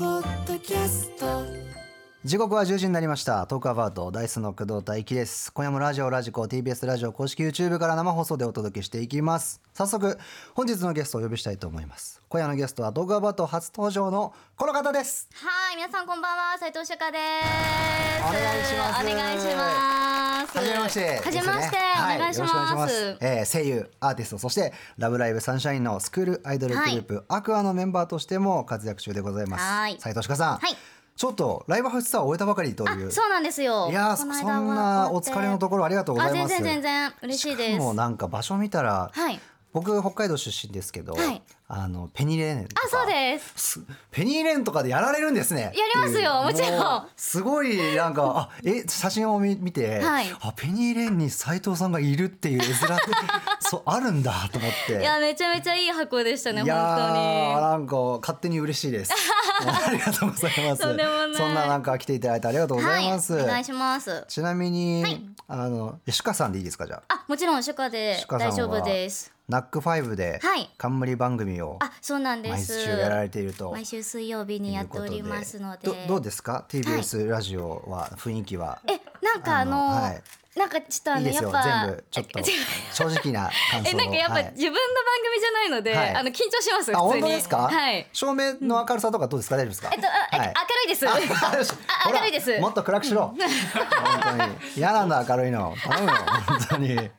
キャスト時刻は10時になりましたトークアバウトダイスの工藤大輝です今夜もラジオラジコ TBS ラジオ公式 YouTube から生放送でお届けしていきます早速本日のゲストをお呼びしたいと思います今夜のゲストはトークアバウト初登場のこの方ですはい、皆さんこんばんは、斉藤翔香です。お願いしますお願いします。はじめましてですはねじめまして、はいお願いしよろくおま願いすし。えー声優アーティストそしてラブライブサンシャインのスクールアイドルグループ、アクアのメンバーとしても活躍中でございますはい斉藤志香さん、はいちょっとライブハウスツアーを終えたばかりというあ、そうなんですよ。いやーこその間はんなお疲れのところありがとうございますあ、全然全然嬉しいです。もうなんか場所見たら、はい僕北海道出身ですけど、はいあのペニレーンとかあ、そうです。すペニーレンとかでやられるんですね。やりますよっていうもちろんうすごいなん かあえ写真を見見て、はいあペニーレンに斉藤さんがいるっていう絵面 ってそうあるんだと思って。いや、めちゃめちゃいい箱でしたね、いやー本なんか勝手に嬉しい です。ありがとうございます。とんでもないそんななんか来ていただいてありがとう当ござに。います。はい、お願いします。ちなみに、はいあのシュカさんでいいですかじゃあ。あ、もちろん翔香でシュカさん大は丈夫です。ナックファイブではい冠番組をあ、そうなんで毎す。週やられていると毎週水曜日にやっておりますので。どどうですか TBS ラジオは雰囲気は、え、なんかあの、あのはいなんかちょっとあい、いの、ですやっよぱ。全部ちょっと え違う正直な感想 えをなんかやっぱは自い分の番組じゃないので、はいあの緊張します普通にあ本当ですか、はい照明の明るさとかどうですか大丈夫ですかえっと あ、はいえ明るいですあ明るいしあ明るいですほらもっと暗くしろ本当に嫌なんだ明るいの頼むよ本当 に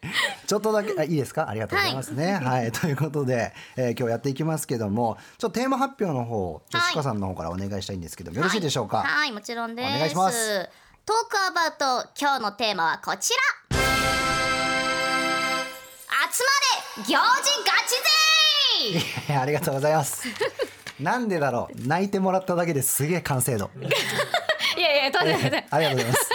ちょっとだけあいいですかありがとうございますねはい、 ということで、えー今日やっていきますけどもちょっとテーマ発表の方はい吉川さんの方からお願いしたいんですけどもよろしいでしょうか、はい、はいもちろんですお願いしますトークアバウト今日のテーマはこちら集まれ行事ガチい 勢やありがとうございます。なんでだろう泣いてもらっただけですげえ完成 度。いやいやとんでもないありがとうございます。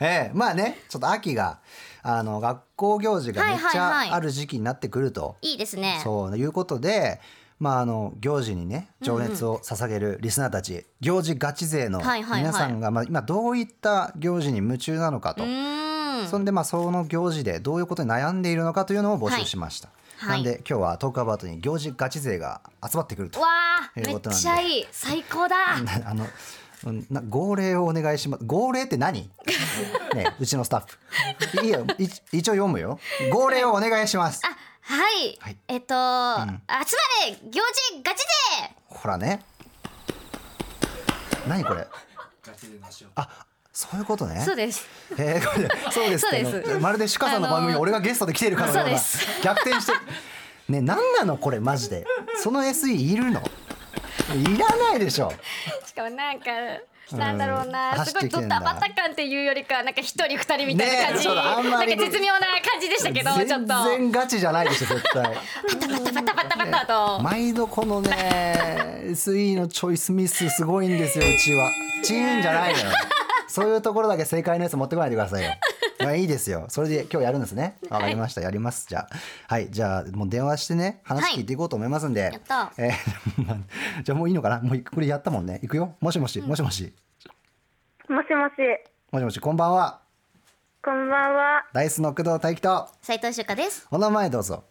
ええまあねちょっと秋があの学校行事がめっちはいはいはいゃある時期になってくると、いいですねそういうことで。まあ、あの行事にね情熱を捧げるリスナーたち、行事ガチ勢のはいはいはい皆さんが、まあ、今どういった行事に夢中なのかと、うーんそんでまあその行事でどういうことに悩んでいるのかというのを募集しました、はいはいなんで今日はトークアバウトに行事ガチ勢が集まってくるとわあというめっことなんでちゃいい最高だ あの、うんな号令をお願いします。号令って何？ね え、うちのスタッフ。いいよ、い一応読むよ。号令をお願いします。はい、はいえっと、集まれ行事ガチ勢ほらね。何これ？あ、そういうことね。そうですえーこれそうですってそうですまるでシュカさんの番組あにのー俺がゲストで来てるかのようそうなです逆転してね何なのこれマジでその SE いるのいらないでしょしかもなんか、なんだろううんな、す走ごっていきてドんだタバタ感っていうよりかは、なんか一人二人みたいなね感えじ、そうだあんなまんりか絶妙な感じでしたけど、ちょっと。全然ガチじゃないでしょ絶対パタパタパタパタと。毎度このね SE のチョイスミスすごいんですようちはチーンじゃないのよそういうところだけ正解のやつ持ってこないでくださいよまあいいですよそれで今日やるんですねわかりました、やりますじゃあはいじゃあもう電話してね話聞いていこうと思いますんで、いやったえー じゃあもういいのかなもうこれやったもんねいくよもしもしもしもしもしもし、もしもしこんばんはこんばんは。ダイスの工藤大樹と斉藤修香です。お名前どうぞ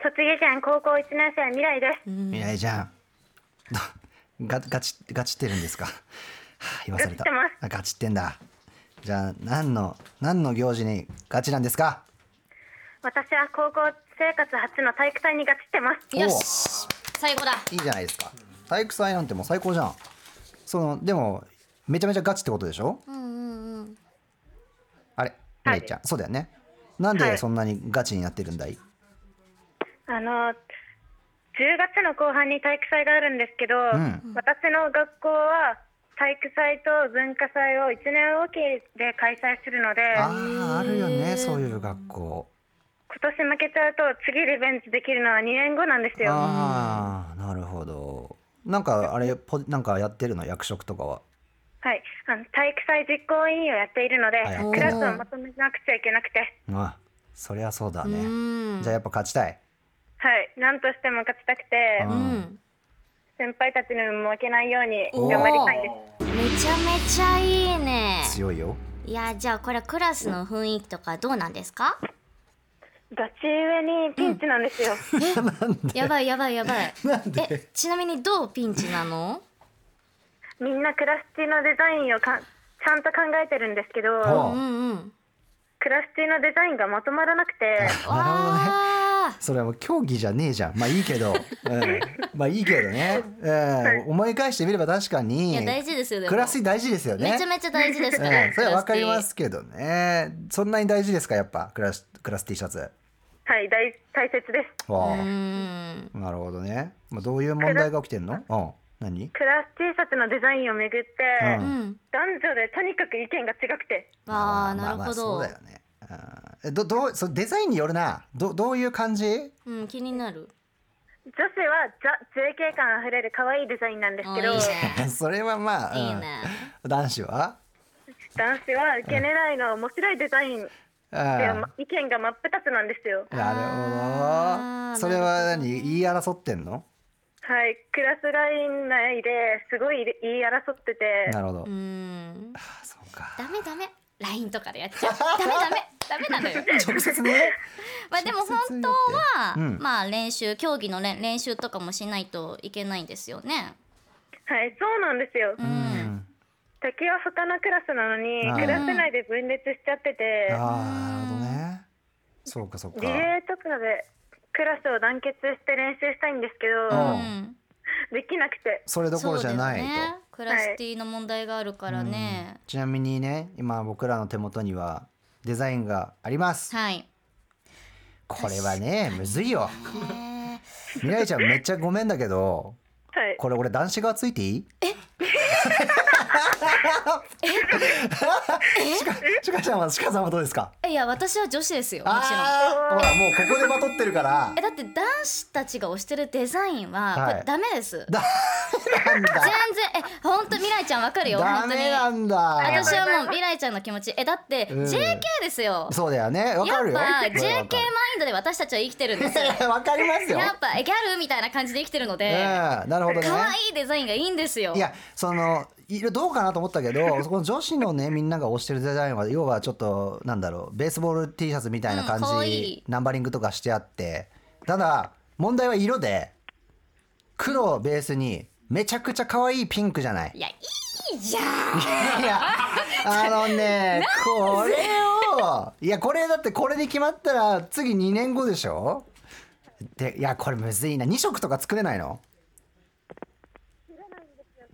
栃木県高校1年生未来です。未来ちゃんど ガガチガチってるんですか、 はあ、言わされたガチってますあガチってんだじゃあ何の何の行事にガチなんですか私は高校生活初の体育祭にガチってます。およし、最後だ。いいじゃないですか体育祭なんてもう最高じゃんそのでもめちゃめちゃガチってことでしょうんうんうん。あれ未来ちゃん、そうだよねなんはでいそんなにガチになってるんだい、あの、10月の後半に体育祭があるんですけど、ん私の学校は体育祭と文化祭を1年おきで開催するので、あああるよねそういう学校今年負けちゃうと次リベンジできるのは2年後なんですよ。ああなるほどなんかあれポなんかやってるの役職とかははい、あの体育祭実行委員をやっているのであやってん、だクラスをまとめなくちゃいけなくて、あそりゃそうだうねんじゃあやっぱ勝ちたいはい、なんとしても勝ちたくて、ううんん。先輩たちにも負けないようにおー頑張りたいです。めちゃめちゃいいね。強いよいや、じゃあこれクラスの雰囲気とかどうなんですかガチ上にピンチなんですよ。 やばいやばいやばい。なんでえ、ちなみにどうピンチなのみんなクラスティのデザインをかちゃんと考えてるんですけほどううんうん。クラスティのデザインがまとまらなくてなるほどねわそれはもう競技じゃねえじゃんまあいいけ ど、うん、まあいいけどね、うん、思い返してみれば確かーいにや大事ですよでもクラス大事ですよねめちゃめちゃ大事ですうかんら。それはわかりまクラスすけどねそんなに大事ですかやっぱクラスクラス T シャツはい大大切ですわあ T。うーん。なるほどね、まあ、どういう問題が起きてんのうん何クラス T シャツのデザインをめぐって、ううんん。男女でとにかく意見が違くてわまあなるまあほそうどだ。よねうんえどどうそうデザインによるなどどういう感じうん気になる。女子はザ JK 感あふれる可愛いデザインなんですけどおーいい ねそれはまあ、いいうんね。男子は男子は受け狙いの面白いデザインでうんま意見が真っ二つなんですよなるほあーどそれは何言い争ってんのはいクラスライン内ですごい言い争っててなるほど、うーん。あそうかダメダメ。ラインとかでやっちゃう。ダメダメ。ダメなのよ。 直接ねまあでも本当直は、接やってうんまあ練習競技の練練習とかもしないといけないんですよね。はいそうなんですよ、うん敵は他のクラスなのにあークラス内で分裂しちゃっててああなるほどねそうかそうかリレーとかでクラスを団結して練習したいんですけううど、ん。できなくてそれどころじゃないと、そうだよね、クラスティの問題があるからね。ちなみにね今僕らの手元にはデザインがありますはい。これはねむずいよね未来ちゃんめっちゃごめんだけどはいこれ俺男子側ついていい えちかちゃんはちかさんはどうですかえいや私は女子ですよもちろん。ああほらもうここでバトってるからえだって男子たちが推してるデザインは、はいこれダメです。だなんだ全然え本当未来ちゃんわかるよダ本当に。メなんだ私はもう未来ちゃんの気持ちえだってうん JK ですよ。そうだよねわかるよやっぱこれ JK マイわかるンドで私たちは生きてるんです よ。わかりますよ やっぱえギャルみたいな感じで生きてるので、うんなるほどね可愛いデザインがいいんですよ。いやそのいろどうかなと思ったけ どそこの女子のねみんなが推してるデザインは要はちょっとなんだろうベースボール T シャツみたいな感うんかわじ、いいナンバリングとかしてあってただ問題は色で黒をベースにめちゃくちゃ可愛いピンクじゃないいやいいじゃん。いやあのねこれをいやこれだってこれで決まったら次2年後でしょでいやこれむずいな2色とか作れないの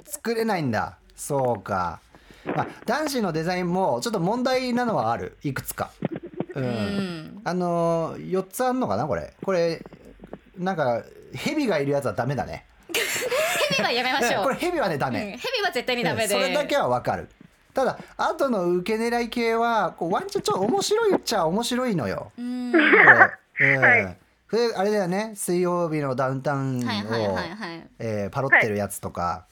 作れないんだそうか、まあ、男子のデザインもちょっと問題なのはあるいくつかうん、うん。あのー、4つあんのかなこれこれなんか蛇がいるやつはダメだねヘビはやめましょう。これ蛇はねダうんメ、ヘビは絶対にダメで。それだけはわかるただ後の受け狙い系はこうワンチャンちょっと面白いっちゃ面白いのようん。こ はれ、うんはいそれあれだよね水曜日のダウンタウンを、いはいはいはい。えーパロってるやつとか、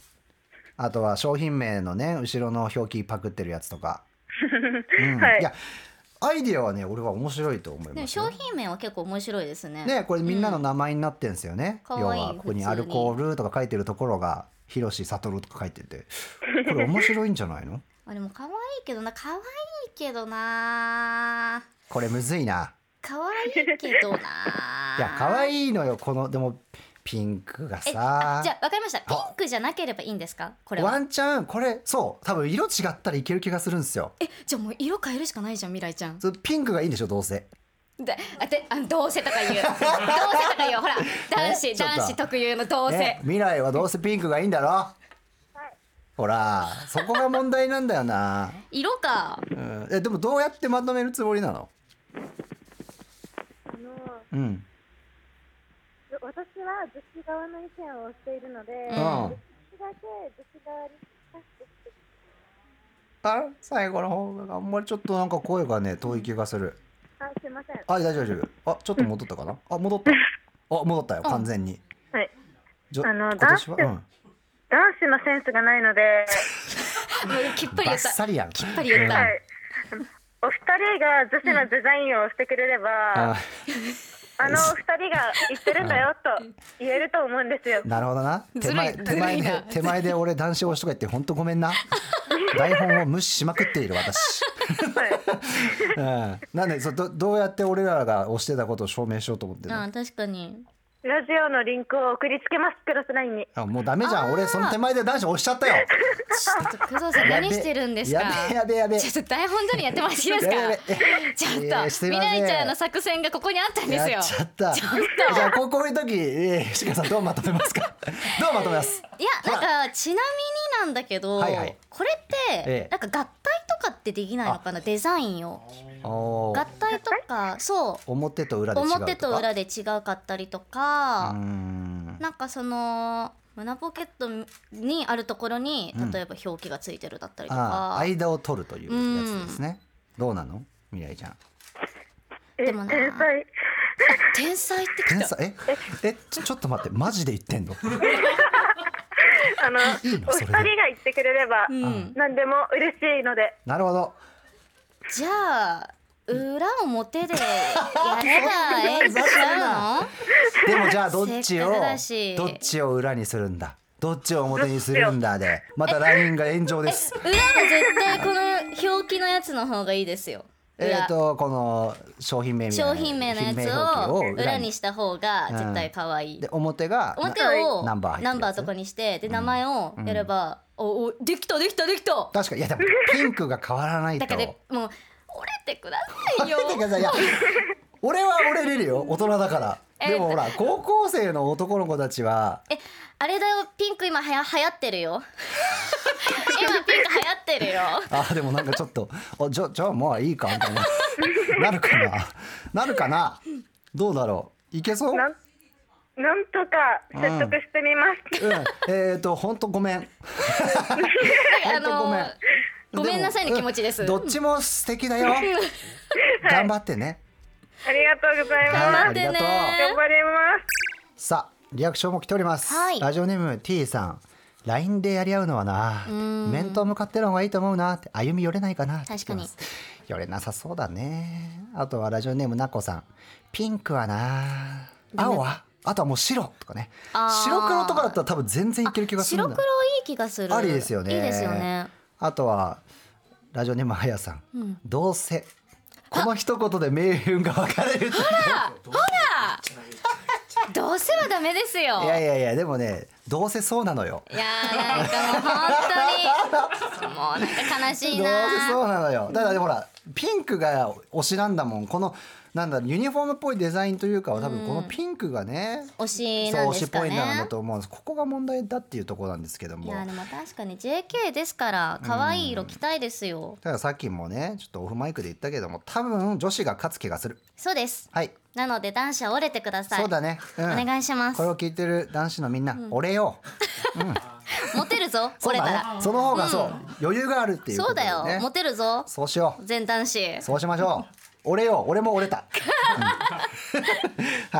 あとは商品名のね後ろの表記パクってるやつと か、うんはいやアイディアはね俺は面白いと思いでもますよ商品名は結構面白いですね。ねこれみんなの名前になってんですよね、うん要かわはいいここに普通アにルコールとか書いてるところが広志悟とか書いててこれ面白いんじゃない のあでも可愛いけどな可愛いけどなこれむずいな。可愛いけどな。 いや可い。愛いのよこのでもピンクがえあさじゃあわかりました。ピンクじゃなければいいんですか？これはワ。ンチャンこれそう多分色違ったらいける気がするんですよえじゃあもう色変えるしかないじゃん未来ちゃん。そうピンクがいいんでしょどうせであであどうせとか言うどうせとか言うほら男 子えちょっと男子特有のどうせね未来はどうせピンクがいいんだろほらそこが問題なんだよな、色かうん、えでもどうやってまとめるつもりなのあのうん私は女子側の意見をしているので、ううんんあ私だけ女子側に指して最後の方があんまりちょっとなんか声がね遠い気がするあすいませんあ大丈夫大丈夫あちょっと戻ったかなあ戻ったあ戻ったよ完全にはいじょあの今年は男子うん男子のセンスがないので、もうきっぱバり言ッったサリやんきっぱり言った、はい、お二人が女子のデザインをしてくれれば、ああのお二人が言ってるんだよと言えると思うんで すよ。なるほどな手前ずるい手前ずるいでな手前で俺男子推しとか言って本当ごめん な台本を無視しまくっている私、うん、なんでそどどうやって俺らが推してたことを証明しようと思ってるあのあ確かにラジオのリンクを送りつけますクロスラインにあもうダメじゃん俺その手前で男子押しちゃったよちょっと工藤さん 何してるんですかやべやべやべちょっと台本通りやってもらっていいですかやべやべちいょやっすとい未ません来ちゃんの作戦がここにあったんですよやっちゃったちょっとじゃあ高校の時、えー、シカさんどうまとめます かどうまとめますいやなんかちなみになんだけど、はいはいこれって、ええなんか合体とかってできないのかなデザインをお合ー体とかそ表と裏うで違うとか表と裏で違うかったりとか、うーんなんかその胸ポケットにあるところにうん例えば表記がついてるだったりとあーか、間を取るというやつですね、どうなの未来ちゃんえでもな天才天才ってき天た才ええちょちょっと待ってマジで言ってんのあのいいのお二それ人でが言ってくれれば、うん、何でも嬉しいのでなるほどじゃあ裏表でやればええんちゃうのでもじゃあどっちをせっかくだしどっちを裏にするんだどっちを表にするんだでまた LINE が炎上です裏は絶対この表記のやつの方がいいですよ裏、えっとこの商品名みたいな商品名のやつ商を品名表記裏にした方がうん絶対可愛い、で表が表をナナンンババー入ってるやーつとかにしてで名前をやれば、おおできたできたできた確かにいや でもピンクが変わらないとだ からもう折れてくださいよてかさいや俺は折れれるよ大人だからえでもほら高校生の男の子たちはえあれだよピンク今はや流行って るよ今ピンク流行ってるよあでもなんかちょっと あじゃじゃあまあいいかみたいな なるかななるかなどうだろういけそうなんなんとか説得してみます、うん、えっ、ー、と本当ごめんあ 本当ごめんごめんなさいの気持ちですもどっちも素敵だよ頑張ってねありがとうございはまいすありがとう頑張りますさあリアクションも来ております、はいラジオネーム T さん LINE でやり合うのはな面と向かってる方がいいと思うなって歩み寄れないかなって確かに来てます寄れなさそうだねあとはラジオネームなこさんピンクはな青はあとはもう白とかねあー白黒とかだったら多分全然いける気がする白んだ黒いい気がするありですよねいいですよねあとはラジオネームあやさん、んどうせこの一言で命運が分かれるってどうせはダメですよいやいやいやでもねどうせそうなのよいやーなんかもう本当にもうなんか悲しいどうせなそうなのよただでもほらピンクが推しなんだもんこのなんだろうユニフォームっぽいデザインというかは多分このピンクがね、推しそなうん推でしっすぽかいんねだろうと思うんですここが問題だっていうところなんですけどいもやでも確かに JK ですから可愛い色着たいですよたださっきもねちょっとオフマイクで言ったけども多分女子が勝つ気がするそうですはい、なので男子は折れてくださいそうだね、うん、お願いしますこれを聞いてる男子のみんな、俺よモテるぞそう折れただらねその方がそう、余裕があるっていうことそうだねよモテるぞそうしよう全男子そうしましょう。俺よ、俺も折れた。うん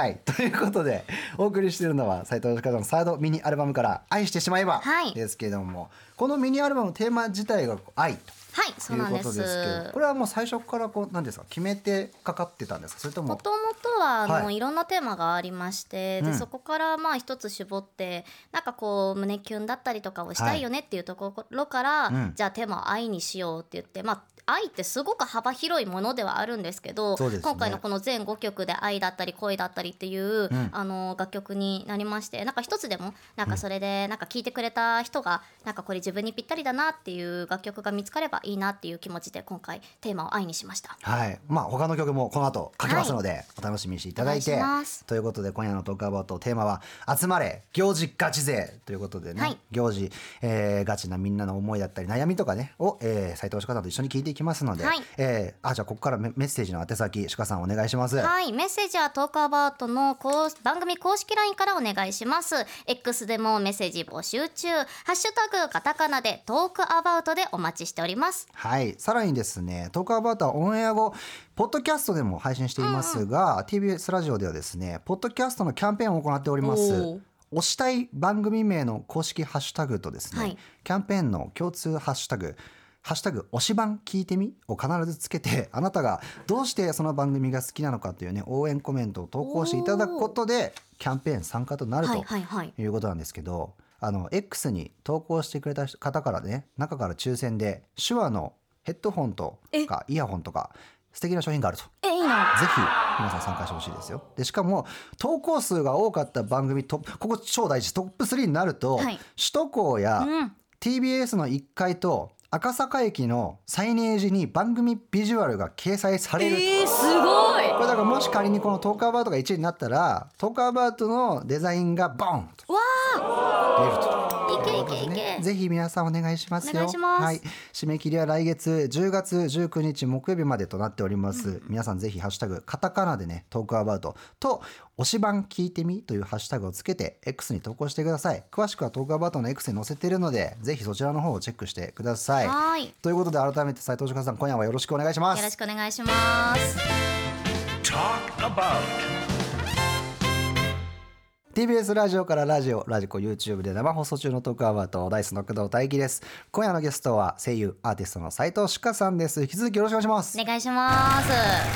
はい、ということで、お送りしているのは斉藤佳のサードミニアルバムから愛してしまえば。はいですけれども、このミニアルバムのテーマ自体が愛はいとそいううなんこでとすですけど。これはもう最初からこう、なんですか、決めてかかってたんですか、それともも。ともとはあの、はいい、ろんなテーマがありまして、うでんそこからまあ一つ絞ってなんかこう胸キュンだったりとかをしたいよねっていうところから、うんじゃあテーマを愛にしようって言ってまあ愛ってすごく幅広いものではあるんですけどそうですね今回のこの全5曲で愛だったり恋だったりっていう、んあの楽曲になりましてなんか一つでもなんかそれでなんか聴いてくれた人がなんかこれ自分にぴったりだなっていう楽曲が見つかればいいなっていう気持ちで今回テーマを愛にしました。はい、まあ、他の曲もこの後かけますので、お楽しみにしていただいてお願いしますということで今夜のトークアバウトテーマは「集まれ行事ガチ勢」ということでね、はい行事、えーガチなみんなの思いだったり悩みとかねを、えー、斉藤朱夏さんと一緒に聞いていきますので、はいえーあじゃあここからメメッセージの宛先朱夏さんお願いします。はい、メッセージはトークアバウトの公番組公式 LINE からお願いします。X でもメッセージ募集中。ハッシュタグカタカナでトークアバウトでお待ちしております。はい、さらにですね、トークアバウトはオンエア後、ポッドキャストでも配信していますが、TBS ラジオではですね、ポッドキャストのキャンペーンを行っておりまおすー。推したい番組名の公式ハッシュタグとですね、はいキャンペーンの共通ハッシュタグ、ハッシュタグ推し版聞いてみを必ずつけて、 あなたがどうしてその番組が好きなのかというね、応援コメントを投稿していただくことで、キャンペーン参加となるはといはいはい。いうことなんですけどあの X に投稿してくれた方からね中から抽選で手話のヘッドホンとかイヤホンとか素敵な商品があると。えいいなぜひ皆さん参加してほしいですよ。でしかも投稿数が多かった番組トップここ超大事トップ3になると、はい首都高やうん TBS の1階と赤坂駅のサイネージに番組ビジュアルが掲載されると。えー、すごいこれだからもし仮にこのトークアバウトが1位になったらトークアバウトのデザインがボンと出ると。いけいということけでいねけぜひ皆さんお願いしますよ。お願いしますはい、締め切りは来月10月19日木曜日までとなっております。皆さんぜひハッシュタグカタカナでねトークアバウトと推し版聞いてみというハッシュタグをつけて X に投稿してください。詳しくはトークアバウトの X に載せているのでぜひそちらの方をチェックしてください。はーいということで改めて斉藤千佳さん今夜はよろしくお願いしまよろす。しくお願いします Talk about. TBS ラジオからラジオ、ラジコ YouTube で生放送中のトークアバウトダイスの工藤大輝です。今夜のゲストは声優アーティストの斉藤千佳さんです。引き続きよろしくお願いします。お願いします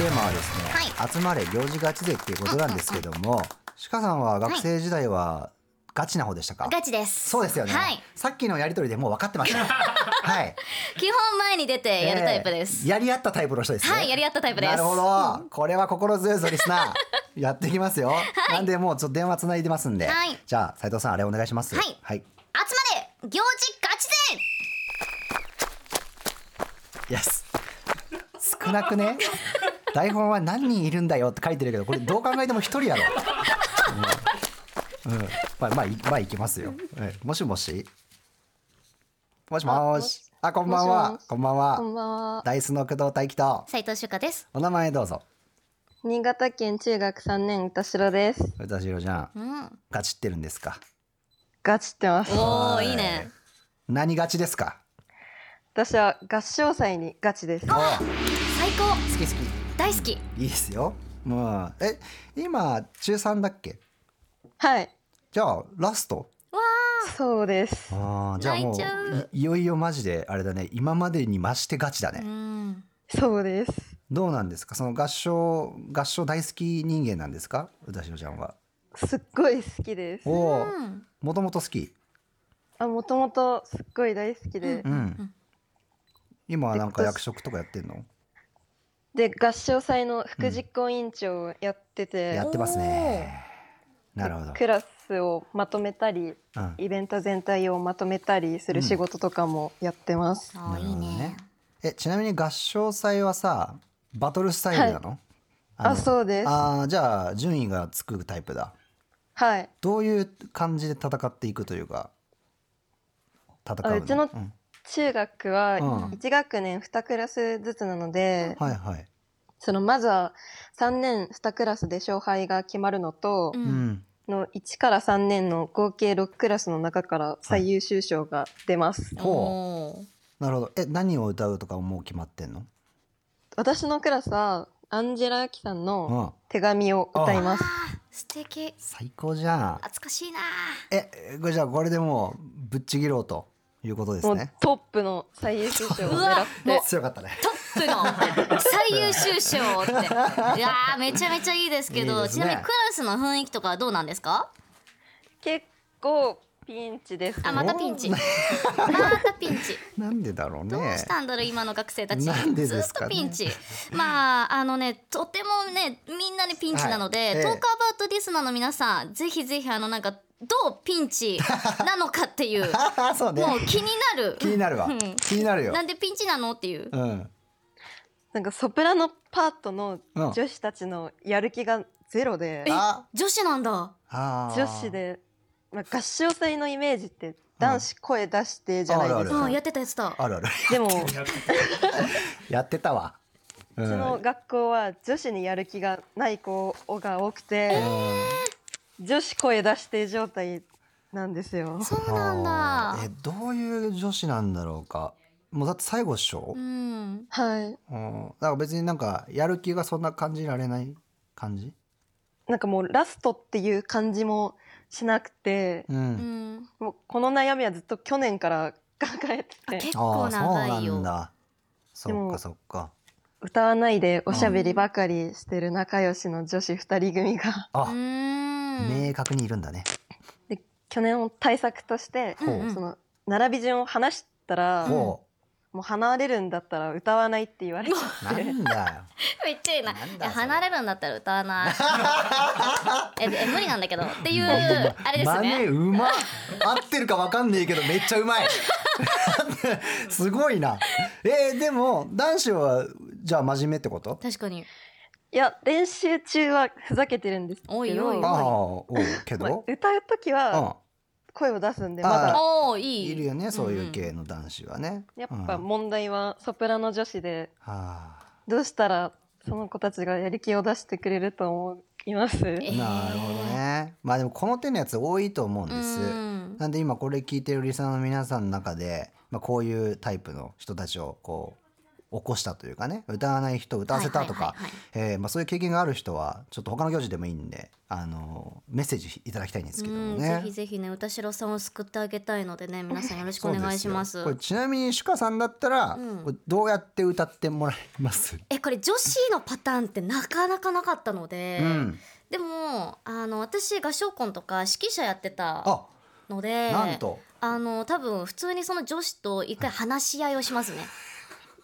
テーマはですね、は集まれ行事ガチ勢っていうことなんですけども、シカさんは学生時代はガチな方でしたか、ガチですそうですよね、はいさっきのやりとりでもう分かってました はい基本前に出てやるタイプです、えーやり合ったタイプの人ですねはいやり合ったタイプですなるほどこれは心強いぞリスナー やっていきますよ、なんでもうちょっと電話つないでますんで、はいじゃあ斉藤さんあれお願いしますはいはい、集まれ行事ガチイ勢エス少なく ね台本は何人いるんだよって書いてるけどこれどう考えても一人やろ、うんうんまあまあいまあいきますよ、えもしもしもしもあもししあこんばんはもしもしこんばんはこんばんは。ダイスの工藤大輝と斉藤修香ですお名前どうぞ新潟県中学3年歌代です。私ろちゃんうんガチってるんですかガチってます。おはおいいいね何ガチですか私は合唱祭にガチです。あ最高好き好大好ききいいですよもうえ今中三だっけはい。じゃあラストそうです。あーじゃあも泣いちゃうういいよいよマジであれだね今までに増してガチだね、うんそうです。どうなんですかその合唱合唱大好き人間なんですか宇田しろちゃんはすっごい好きですお。おーうんもともと好きあ、もともとすっごい大好きでう。ん、ん今はなんか役職とかやってんので、合唱祭の副実行委員長をやっててや、ってますねなるほど、クラスをまとめたり、うん、イベント全体をまとめたりする仕事とかもやってます。あーいいねえちなみに合唱祭はさバトルスタイルなの、あ、のそうです。あーじゃあ順位がつくタイプだはい。どういう感じで戦っていくというか戦うあうちのん中学うんは1学年2クラスずつなので、はいはいそのまずは3年2クラスで勝敗が決まるのと、ううんんの1から3年の合計6クラスの中から最優秀賞が出ます、ほおーなるほどえ何を歌うとかもう決まってんの私のクラスはアンジェラ・アキさんのうん「手紙」を歌いますあー素敵最高じゃん懐かしいなええこれじゃあこれでもうぶっちぎろうということですもうねトップの最優秀賞を狙っうわて強かったね トップの最優秀賞っていやーめちゃめちゃいいですけどいいですちねなみにクラスの雰囲気とかはどうなんですか結構ピンチですねあまたピンチまたピンチなんでだろうねどうしたんだろう今の学生たちなんでですかねずっとピンチまああのねとてもねみんなにピンチなので、はいええトークアバウトディスナーの皆さんぜひぜひあのなんかどうピンチなのかっていうもそう ねう気になる気になるわ、うん気になるよなんでピンチなのっていううんなんかソプラノパートのうん女子たちのやる気がゼロで、あ女子なんだあー女子で、まあ、合唱祭のイメージって男子声出してじゃないですか、うんうんやってたやつだあるあるでもう やってたわうちのん学校は女子にやる気がない子が多くて女子声出して状態なんですよ。そうなんあーえだどういう女子なんだろうかもうだって最後っしょう、んはいうん、だから別になんかやる気がそんな感じられない感じなんかもうラストっていう感じもしなくてう、うんんもうこの悩みはずっと去年から抱えてあて結あ構あそう長ないんよだでそっかもそっか歌わないでおしゃべりばかりしてる仲良しの女子2人組が あ、うーん明確にいるんだね。で去年の対策としてうんうんその並び順を話したらほもう離れるんだったら歌わないって言われちゃなってんだ よ。めっちゃいいななんいだやそれ離れるんだったら歌 わないえでえ無理なんだけどっていうあれですマネねう まっ合ってるかわかんねえけどめっちゃうまいすごいなえーでも男子はじゃあ真面目ってこと確かにいや練習中はふざけてるんですけどおいおいああまあおうけど、歌う時うんは声を出すんであまだおおいいいるよねそういう系の男子はね、やうんっぱ問題はソプラノ女子ではどうしたらその子たちがやる気を出してくれると思いますあなるほどねまあでもこの手のやつ多いと思うんうです、んなんで今これ聞いてるリスナーの皆さんの中で、まあ、こういうタイプの人たちをこう起こしたというかね歌わない人歌わせたとはかいはいはいはいえーまあそういう経験がある人はちょっと他の行事でもいいんであのメッセージいただきたいんですけどもうんねぜ。ひぜひね歌代さんを救ってあげたいのでね皆さんよろしくお願いしまそうですすよこれちなみにシュカさんだったら、うんこれどうやって歌ってもらえます、えこれ女子のパターンってなかなかなかったので、うん、でもあの私合唱コンとか指揮者やってたあのでなんとあの多分普通にその女子と一回話し合いをし ますね。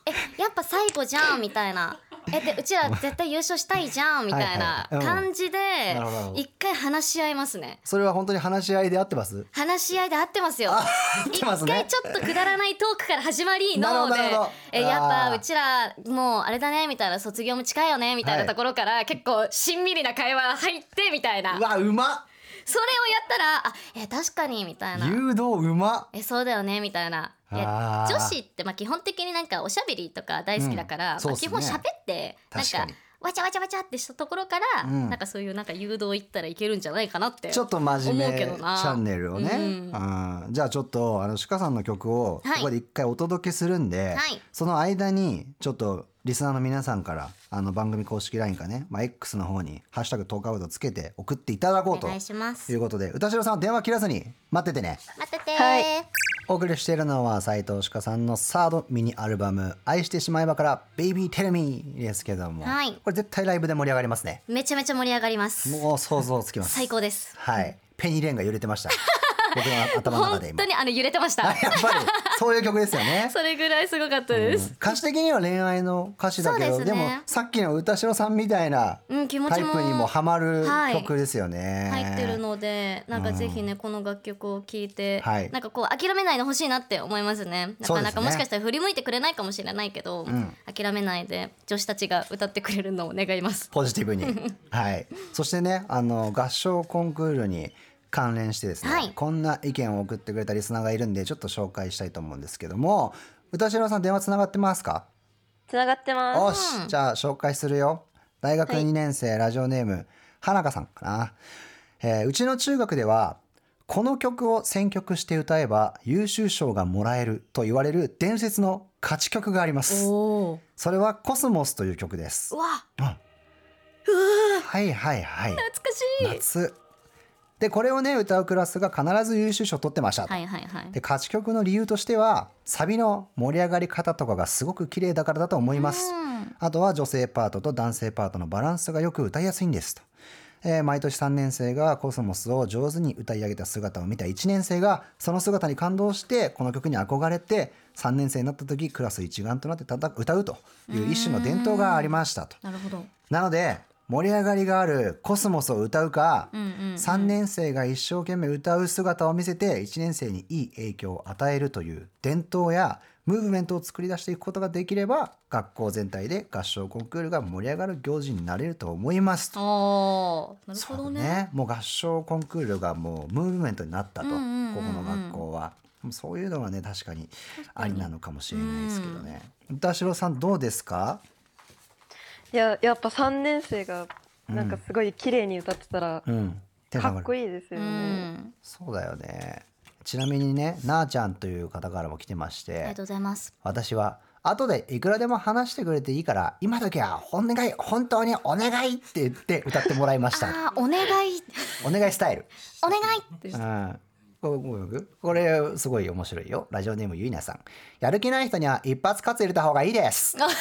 えやっぱ最後じゃんみたいな。えでうちら絶対優勝したいじゃんみたいなはいはいうん感じでるほどなるほど一回話し合いますね。それは本当に話し合いで合ってます話し合いで合ってますよ。合っ一てます回ね。ちょっとくだらないトークから始まりなるのほどでなるほどえやっあぱーうちらもうあれだねみたいな卒業も近いよねみたいはないところから結構しんみりな会話入ってみたいな、うわうまそれをやったらあえ確かにみたいな誘導うまえそうだよねみたいなえあー女子ってまあ基本的になんかおしゃべりとか大好きだから、うんそうっすねまあ基本喋ってなん確かかにわちゃわちゃわちゃってしたところから、うんなんかそういうなんか誘導行ったらいけるんじゃないかなってちょっと真面思う目けチどなャンネルをね、うんじゃあちょっとあのシュカさんの曲をこはいこで一回お届けするんで、はいその間にちょっとリスナーの皆さんからあの番組公式 LINE かね、まあ、X の方に「ハッシュタグトークアウト」つけて送っていただこおうと願いしますいうことで歌代さんは電話切らずに待っててね待っててー、はいお送りしているのは斉藤鹿さんのサードミニアルバム「愛してしまえば」から「Baby Tell Me」ですけども、はいこれ絶対ライブで盛り上がりますねめちゃめちゃ盛り上がりますもう想像つきます最高ですはい。ペニーレーンが揺れて ました。僕の頭の本中で今。当にあの揺れて ましたあやっぱりそういう曲ですよね。 それぐらいすごかったです、歌詞的には恋愛の歌詞だけど、そうでですねもさっきの歌代さんみたいなうん気持タちイもプにもハマるはい曲ですよね。入ってるのでなんかぜひね、この楽曲を聴いて、はいなんかこう諦めないでほしいなって思いますねなそうかですねなかもしかしたら振り向いてくれないかもしれないけど、ん諦めないで女子たちが歌ってくれるのを願いますポジティブ に。はい。そしてね、あの合唱コンクールに。関連してですね、はいこんな意見を送ってくれたリスナーがいるんでちょっと紹介したいと思うんですけども歌代さん電話つながってますかつながってまよしじゃあ紹介するよ大学2年生、ラジオネーム花香さんかな、えーうちの中学ではこの曲を選曲して歌えば優秀賞がもらえると言われる伝説の勝ち曲がありますおそれはコスモスと いう曲ですうわはいはいはい懐かしい夏でこれをね歌うクラスが必ず優秀賞を取ってましたと、はいはいはいで歌詞曲の理由としてはサビの盛り上がり方とかがすごく綺麗だからだと思います、あとは女性パートと男性パートのバランスがよく歌いやすいんですと、えー毎年3年生がコスモスを上手に歌い上げた姿を見た1年生がその姿に感動してこの曲に憧れて3年生になった時クラス一丸となってたた歌うという一種の伝統がありましたとなるほどなので盛り上がりがあるコスモスを歌うか、うんうん3年生が一生懸命歌う姿を見せて1年生にいい影響を与えるという伝統やムーブメントを作り出していくことができれば学校全体で合唱コンクールが盛り上がる行事になれると思いますと。おーなるほどねそうねもう合唱コンクールがもうムーブメントになったと、うんうんうんうんここの学校はそういうのはね確かにありなのかもしれないですけどね。田代さんどうですかすいややっぱ3年生がなんかすごい綺麗に歌ってたらうん、手がか上がっるこいいですようねんそうだよねちなみにねなあちゃんという方からも来てましありてがとうございます私は後でいくらでも話してくれていいから今だけはお願い本当にお願いって言って歌ってもらいましたあーお 願いお願いスタイルお願いってうんこれこれすごい面白いよラジオネームゆいなさんやる気ない人には一発勝つ入れた方がいいですなん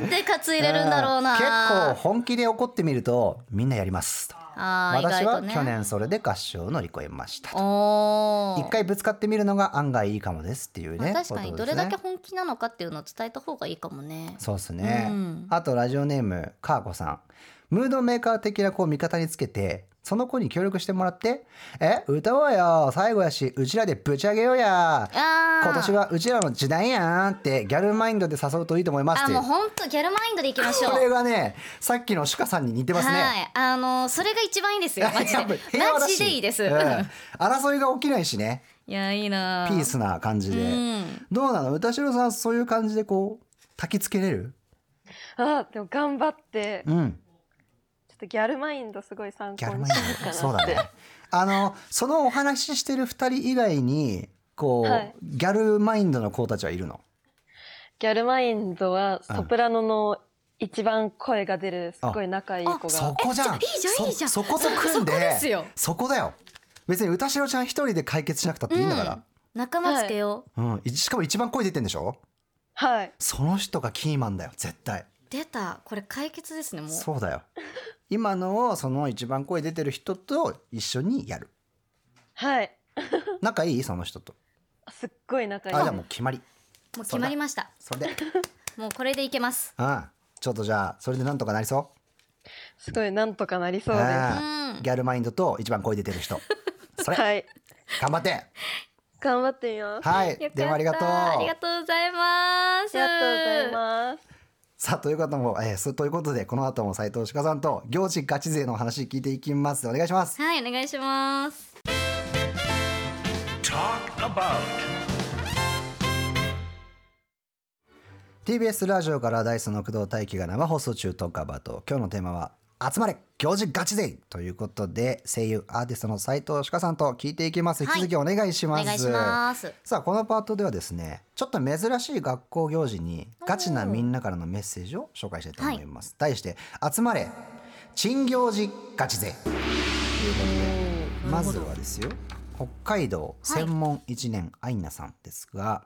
てカツ入れるんだろうな結構本気で怒ってみるとみんなやりますとあー意私外とはね去年それで合唱を乗り越えましたとおー一回ぶつかってみるのが案外いいかもですっていうまあね、確かこにとどでれすねだけ本気なのかっていうのを伝えた方がいいかもねそうですね、うんあとラジオネームかーこさんムードメーカー的な子を味方につけてその子に協力してもらって「え歌おうよ最後やしうちらでぶち上げようやあー今年はうちらの時代やん」ってギャルマインドで誘うといいと思いますっあていもうう本当ギャルマインドでいきましょうこれがねさっきのシュカさんに似てますね。 はいあのーそれが一番いいですよマジでやっぱり平和マだしジでいいです、うん争いが起きないしねいやいいなピースな感じで、うんどうなの歌代さんそういう感じでこう焚きつけれるあでも頑張ってちょうんっとギャルマインドすごい参ギ考ャルマにイしンようかドなそうだねあのそのお話ししてる二人以外にこう、はいギャルマインドの子たちはいるのギャルマインドはソプラノの一番声が出るすごい仲いい子そがこじゃんえじゃあいいじゃんそそこと組んでそこですよそこだよ別に歌代ちゃん一人で解決しなくたっていいんだか仲間つけよう、ら、うんいしかも一番声出てんでしょはいその人がキーマンだよ絶対出たこれ解決ですねもうそうだよ今のをその一番声出てる人と一緒にやるはい仲いいその人とすっごい仲いいあじゃあもう決まりもう決まりましたそれでもうこれでいけますうんちょっとじゃあそれでなんとかなりそうすごいなんとかなりそうですあうあんギャルマインドと一番声出てる 人それ、はい頑張って頑張ってみますはいよかった電話ありがとうありがとうございますありがとうございますさあということも、えー、すということでこの後も斉藤鹿さんと行事ガチ勢のお話聞いていきますお願いしますはいお願いします Talk about. TBS ラジオからダイスの工藤大輝が生放送中トークアバート今日のテーマは集まれ行事ガチ勢ということで声優アーティストの斉藤鹿さんと聞いていきます引はいき続きお願いしおます,、願いしますさあこのパートではですねちょっと珍しい学校行事にガチなみんなからのメッセージを紹介したいと思います、題して「集まれ珍行事ガチ勢」ということでまずはですよ北海道専門1年アイナさんですが、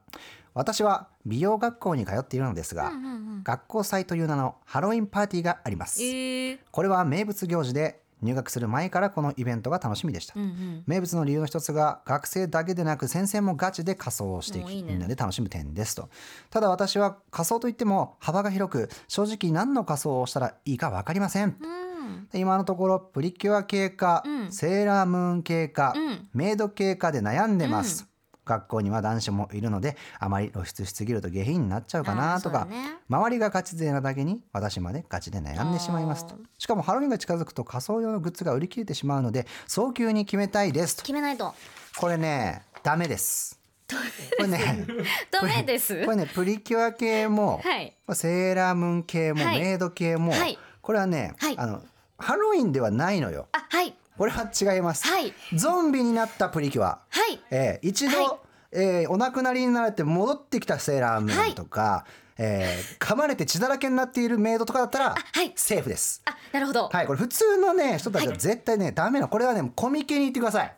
私は美容学校に通っているのですが、うんうん学校祭という名のハロウィンパーティーがありまえす、ーこれは名物行事で入学する前からこのイベントが楽しみでした、うんうん名物の理由の一つが学生だけでなく先生もガチで仮装をしていきもういいねみんなで楽しむ点ですとただ私は仮装といっても幅が広く正直何の仮装をしたらいいか分かりませんうん今のところプリキュア系か、うんセーラームーン系か、うんメイド系かで悩んでます、学校には男子もいるのであまり露出しすぎると下品になっちゃうかあーなとそうか、だね周りがガチ勢なだけに私までガチで悩んでしまいますとあーしかもハロウィンが近づくと仮装用のグッズが売り切れてしまうので早急に決めたいですと決めないとこれねダメですこれねダメですこれねプリキュア系も、 はいセーラームーン系も、はいメイド系も、はいこれはね、はいあのハロウィンではないのよあはいこれは違います、はいゾンビになったプリキュア、はいえー一度、はいえーお亡くなりになられて戻ってきたセーラームーンとか、えー噛まれて血だらけになっているメイドとかだったら、はいセーフですあなるほどはいこれ普通のね人たちは絶対ね、ダメなのこれはねコミケに行ってください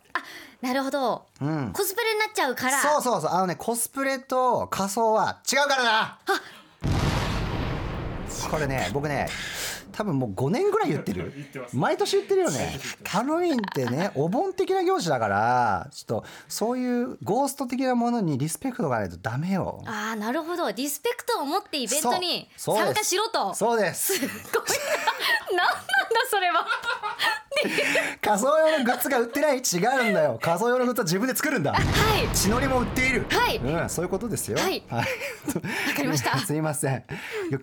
なるほどうんコスプレになっちゃうからそうそうそうあのねコスプレと仮装は違うからなこれね僕ね多分もう5年ぐらい言ってる毎年言ってるよ ねハロウィンってねお盆的な行事だからちょっとそういうゴースト的なものにリスペクトがないとダメよああなるほどリスペクトを持ってイベントにそうそうです参加しろとそうですごめんな何なんだそれは仮装用のグッズが売ってない違うんだよ仮装用のグッズは自分で作るんだはい血のりも売っているはいうん、そういうことですよはいわ、かりました すいませんいや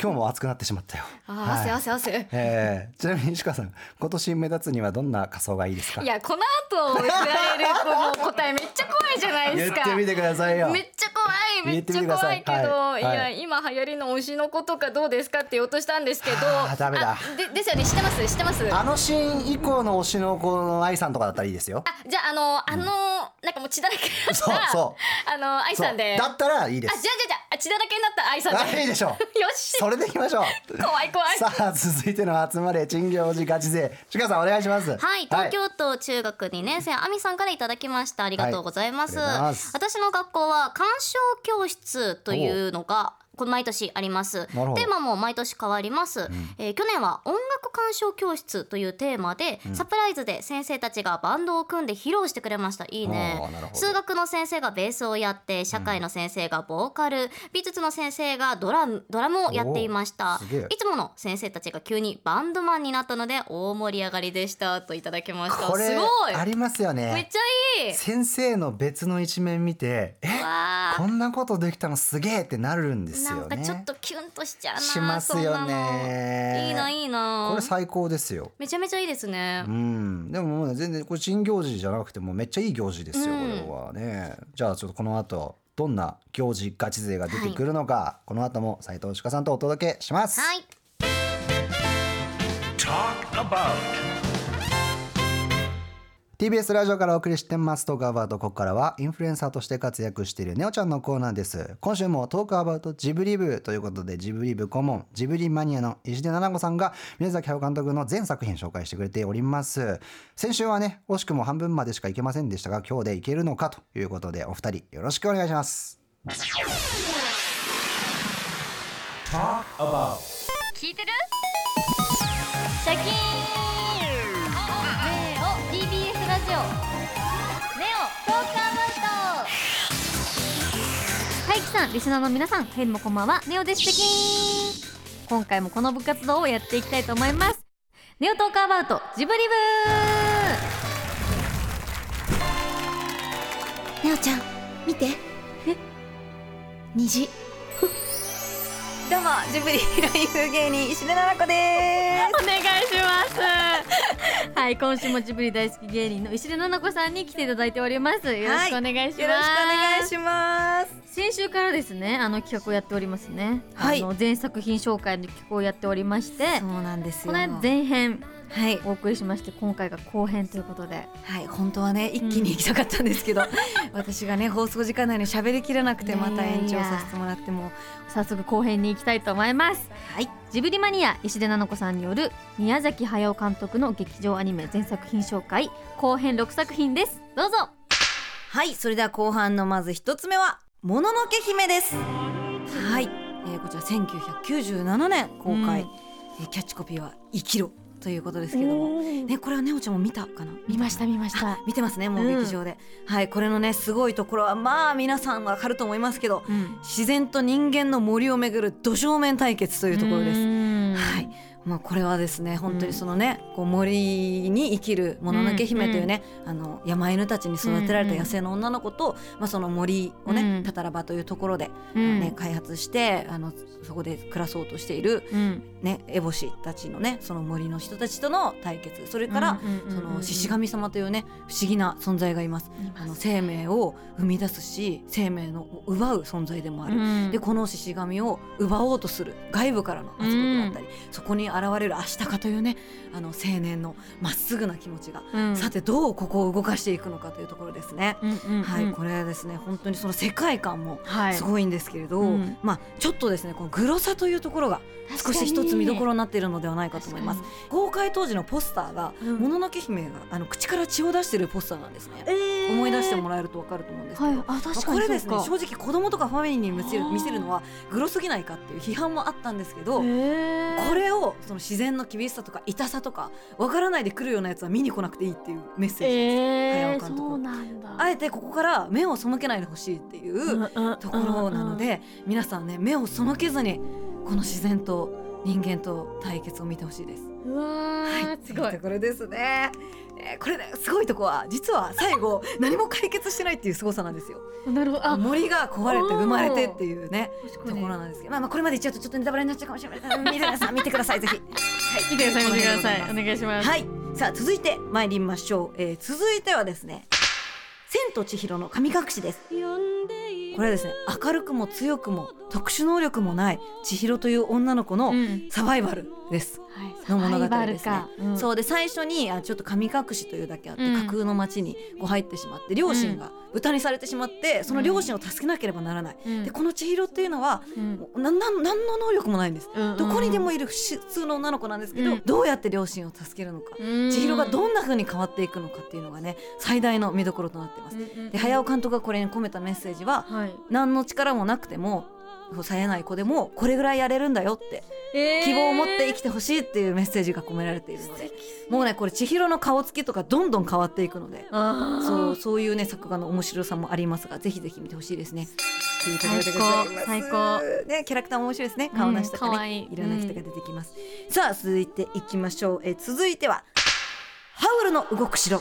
今日も暑くなってしまったよあー汗はい汗汗えー、ちなみに石川さん今年目立つにはどんな仮装がいいですかいやこの後答えるこの答えめっちゃ怖いじゃないで言すっかてみてくださいよめっちゃ怖いめ言っってちみてくゃだ怖さいいけど、いはいや、はい今流行りの推しの子とかどうですかって言おうとしたんですけどはあ ダメだあでですよね知ってます知ってますああのシーン以降の推しの子の愛さんとかだったらいいですよじゃああのあの、なんかもう血だらけになったそうそあの愛さんでそうだあったらいいじでゃあじすゃあじゃあ血だらけになった愛さんあでいいでしょうよしそれでいきまし ょう怖い怖いさあ続いての集まれ珍行寺ガチ勢石川さんお願いしますはい、東京都中学2年生、あみさんからいただきました。ありがとうございます。はいありがとうございます私の学校は鑑賞教室というのが。こ毎年ありますテほどーマも毎年変わります、えー去年は音楽鑑賞教室というテーマで、サプライズで先生たちがバンドを組んで披露してくれましたいいねおーなるほど数学の先生がベースをやって社会の先生がボーカル、美術の先生がドラムドラムをやっていましたおーすげえいつもの先生たちが急にバンドマンになったので大盛り上がりでしたといただきましたこれすごいありますよめっねちゃいい先生の別の一面見てえわーこんなことできたのすげえってなるんですなよんかちょっねとキュンとしちゃうなしますよねそんなのいいないいなこれ最高ですよめちゃめちゃいいですねうん、でももう全然これ新行事じゃなくてもうめっちゃいい行事ですよ、うんこれはねじゃあちょっとこの後どんな行事ガチ勢が出てくるのか、この後も斉藤ちかさんとお届けします、はい Talk about. TBS ラジオからお送りしてますトークアバウトここからはインフルエンサーとして活躍しているネオちゃんのコーナーです今週もトークアバウトジブリ部ということでジブリ部顧問ジブリマニアの石出奈々子さんが宮崎駿監督の全作品紹介してくれております先週はね惜しくも半分までしか行けませんでしたが今日で行けるのかということでお二人よろしくお願いします聞いてるシャキーンネオ TBS ラジオネオトークアバウトはいきさんリスナーの皆さんヘイもこんばんはネオですシャキーン今回もこの部活動をやっていきたいと思いますネオトークアバウトジブリねおちゃん見てえ虹ブどうもジブリヒロイン風芸人石田奈々子ですお願いしますはい今週もジブリ大好き芸人の石田奈々子さんに来ていただいておりますよろしくお願いします、よろしくお願いします。先週からですねあの企画をやっておりますね、はいあの全作品紹介の企画をやっておりましてそうなんですこよ。の間前編はい、お送りしまして今回が後編ということではい、本当はね、一気に行きたかったんですけ ど、私がね、放送時間内に喋りきれなくて、また延長させてもらっても。早速後編に行きたいと思いますはい、ジブリマニア石出奈々子さんによる宮崎駿監督の劇場アニメ全作品紹介後編6作品ですどうぞはい、それでは後半のまず一つ目は、もののけ姫です。はい、えーこちら1997年公開、うんえーキャッチコピーは生きろということですけども。ね、これはねおちゃんも見たかな。見ました見ましあた見てますねもう劇場で、はいこれのねすごいところはまあ皆さんわかると思いますけど、うん自然と人間の森をめぐる土正面対決というところです。ははいまあ、これはですね本当にそのね、こう森に生きるもののけ姫というね、あの山犬たちに育てられた野生の女の子と、まあ、その森をね、うんタタラバというところで、うんね、開発してあのそこで暮らそうとしている、うんね、エボシたちのねその森の人たちとの対決それから、うんうんうんうんその獅子神様というね不思議な存在がいますあの生命を生み出すし生命のを奪う存在でもある、うんでこの獅子神を奪おうとする外部からの圧力だったり、そこに現れるアシタカというねあの青年のまっすぐな気持ちが、うんさてどうここを動かしていくのかというところですね。うんうんうんはい、これはですね本当にその世界観もはいすごいんですけれど、うんまあちょっとですねこのグロさというところが少し一つ見どころになっているのではないかと思います公開当時のポスターが、うんもののけ姫があの口から血を出してるポスターなんですね、思い出してもらえるとわかると思うんですけど、はいあ確かこにれでそすうねか正直子供とかファミリーに見せあるー見せるのはグロすぎないかっていう批判もあったんですけど、へーこれをその自然の厳しさとか痛さとかわからないで来るようなやつは見に来なくていいっていうメッセージです、え早尾ー、監督そうなんだあえてここから目を背けないでほしいっていう、ところなの、で、皆さんね目を背けずにこの自然と人間と対決を見てほしいです。うんうんうんうわーすごというとこれですね。えーこれねすごいとこは実は最後何も解決してないっていう凄さなんですよ。なるほどあ森が壊れておー生まれてっていうねと確かにころなんですけど、まあまあこれまで言っちゃうとちょっとネタバレになっちゃうかもしれない。皆さん見てくださいぜひ。はい見てください見てくださいおい。願いしますはい。さあ続いて参りましょう。えー続いてはですね、千と千尋の神隠しです。これはですね明るくも強くも特殊能力もない千尋という女の子のうんサバイバルです、はいの物語ですねサバイバルか、うんそうで最初にあちょっと神隠しというだけあって、うん架空の町にこう入ってしまって両親が豚にされてしまってその両親を助けなければならない、うんでこの千尋っていうのはうんもうなんなん何の能力もないんです、うんどこにでもいる普通の女の子なんですけど、うんどうやって両親を助けるのか、うん千尋がどんな風に変わっていくのかっていうのがね最大の見どころとなっていますうんうんうんで早尾監督がこれに込めたメッセージははい何の力もなくても冴えない子でもこれぐらいやれるんだよってえー希望を持って生きてほしいっていうメッセージが込められているのでもうねこれ千尋の顔つきとかどんどん変わっていくのであーそうそういうね作画の面白さもありますがぜひぜひ見てほしいですね。というところで最ございま高す最高ねキャラクターも面白いですね顔なしとかね、うん可愛いろんな人が出てきます、さあ続いていきましょうえー続いてはハウルの動く城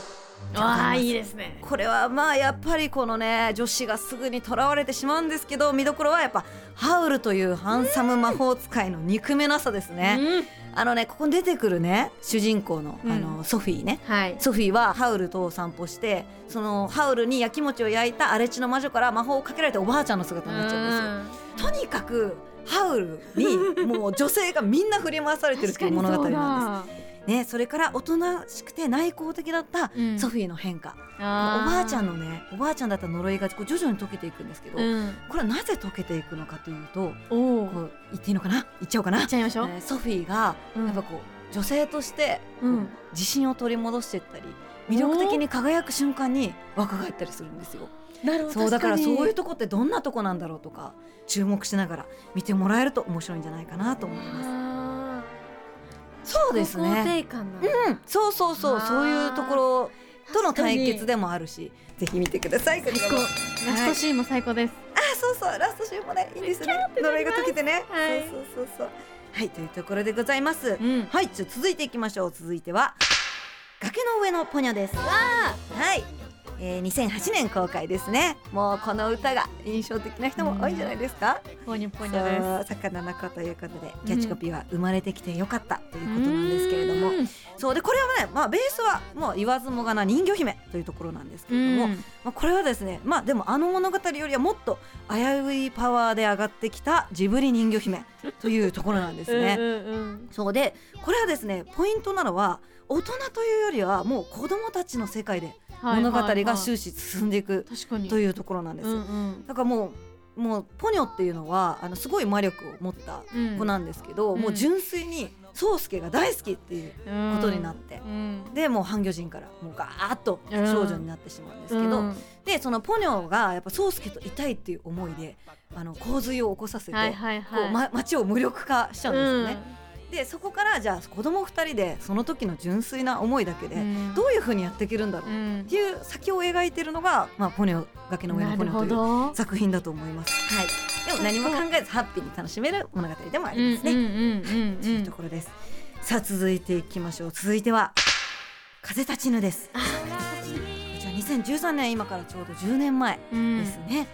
わあいいですねこれはまあやっぱりこのね女子がすぐに囚われてしまうんですけど見どころはやっぱハウルというハンサム魔法使いの憎めなさですね、うんあのねここに出てくるね主人公の,、うんあのソフィーねはいソフィーはハウルと散歩してそのハウルに焼き餅を焼いた荒地の魔女から魔法をかけられたおばあちゃんの姿になっちゃうんうんですよとにかくハウルにもう女性がみんな振り回されてるっていう物語なんんでですすねそれからおとなしくて内向的だったうんソフィーの変化、おおばあちゃんののねおばあちゃんだった呪いがこう徐々に解けていくんですけど、うんこれはなぜ解けていくのかというとおこおう言っていいのかな言っちゃおうかな行っちゃいましょうえーソフィーがうんやっぱこう女性としてこううん自信を取り戻していったり魅力的に輝く瞬間に若返ったりするんですよ。なるそうだから確にそういうとこってどんなとこなんだろうとか注目しながら見てもらえると面白いんじゃないかなと思います。あそうーです肯ね。定感なうん、そうそうそうあーそういうところとの確かに対決でもあるし、ぜひ見てください。最最高ラストシーンも最高ですあそうそうラストシーンもねいいですね呪いが解けてね、はいそうそうそうそうはいというところでございます、うんはいじゃあ続いていきましょう続いては崖の上のポニョですはい、えー、2008年公開ですねもうこの歌が印象的な人も多いんじゃないですか、ポニョポニそうョで魚の子ということでキャッチコピーは生まれてきてよかったということなんですけれども、すそうでこれはねまあベースはもう言わずもがな人魚姫というところなんですけれども、まあ、これはですねまあでもあの物語よりはもっと危ういパワーで上がってきたジブリ人魚姫というところなんですね。ねそうでこれはですねポイントなのは大人というよりはもう子供たちの世界で物語が終始進んでいく確かにとういうところなんですよ。んうんだからもうもうポニョっていうのはあのすごい魔力を持ったうん子なんですけど、うんもう純粋に宗介が大好きっていうことになって、うんでもう半魚人からもうガーッと少女になってしまうんですけど、うんでそのポニョがやっぱ宗介といたいっていう思いであの洪水を起こさせて、はいはいはいこうま、町を無力化しちゃうんですよね。ねでそこからじゃあ子供二人でその時の純粋な思いだけで、どういう風にやっていけるんだろうっていう先を描いてるのが、まあ、ポニョ崖の上のなポるニョとほいうど作品だと思います。はい、でも何も考えずハッピーに楽しめる物語でもありますね。うんうんうんというところです。さあ続いていきましょう。続いては風立ちぬです。こちら2013年今からちょうど10年前うんですね。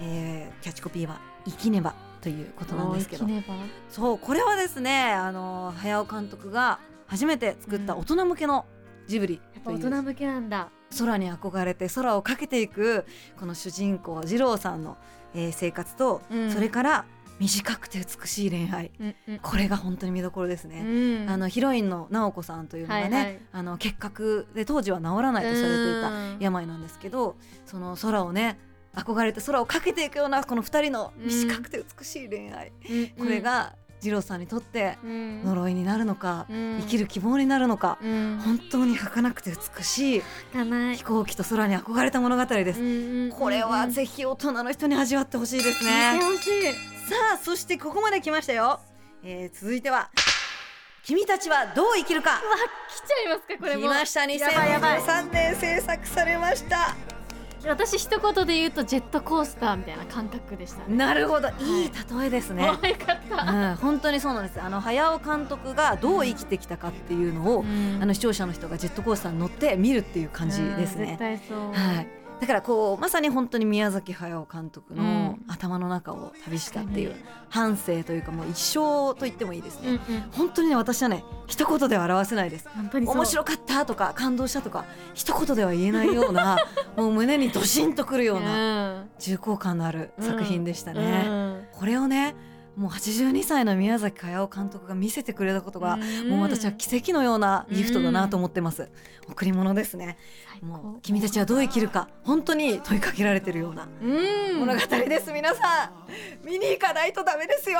えーキャッチコピーは生きねばということなんですけどおー生き、ねばそうこれはですねあの早尾監督が初めて作った大人向けのジブリとい大う人向けなんだ空に憧れて空をかけていくこの主人公二郎さんの、えー生活と、うんそれから短くて美しい恋愛うんうんこれが本当に見どころですね。うんあのヒロインの直子さんというのがね、はいはいあの結核で当時は治らないとされていた病なんですけどその空をね憧れて空をかけていくようなこの二人の短くて美しい恋愛、これが二郎さんにとって呪呪いになるのか、生きるる希望になるのか、本本当に儚くて美しいか ない飛行機と空に憧れた物語です、これはひぜひ大人の人に味わってほしいです見てね、ほしいさあそしてここまで来ましたよ、えー続いては君たちはどう生きるか来ちゃいますかこれ来もましたやばいや2023年制作されました私一言で言うとジェットコースターみたいな感覚でしたねなるほどいい例えですね、あよかったうん、本当にそうなんですあの早尾監督がどう生きてきたかっていうのを、あの視聴者の人がジェットコースターに乗って見るっていう感じですうん絶ね、対そうはい、だからこうまさに本当に宮崎駿監督のう頭の中を旅したっていう反省というかもう一生と言ってもいいですうんうね、ん本当にね私はね一言では表せないです本当にそう面白かったとか感動したとか一言では言えないよう なもう胸にドシンとくるような重厚感のある作品でしたね、うんこれをねもう82歳の宮崎駿監督が見せてくれたことが、んもう私は奇跡のようなギフトだなと思ってます、贈り物ですねもう君たちはどう生きるか本当に問いかけられてるようなうん物語です皆さん見に行かないとダメです よ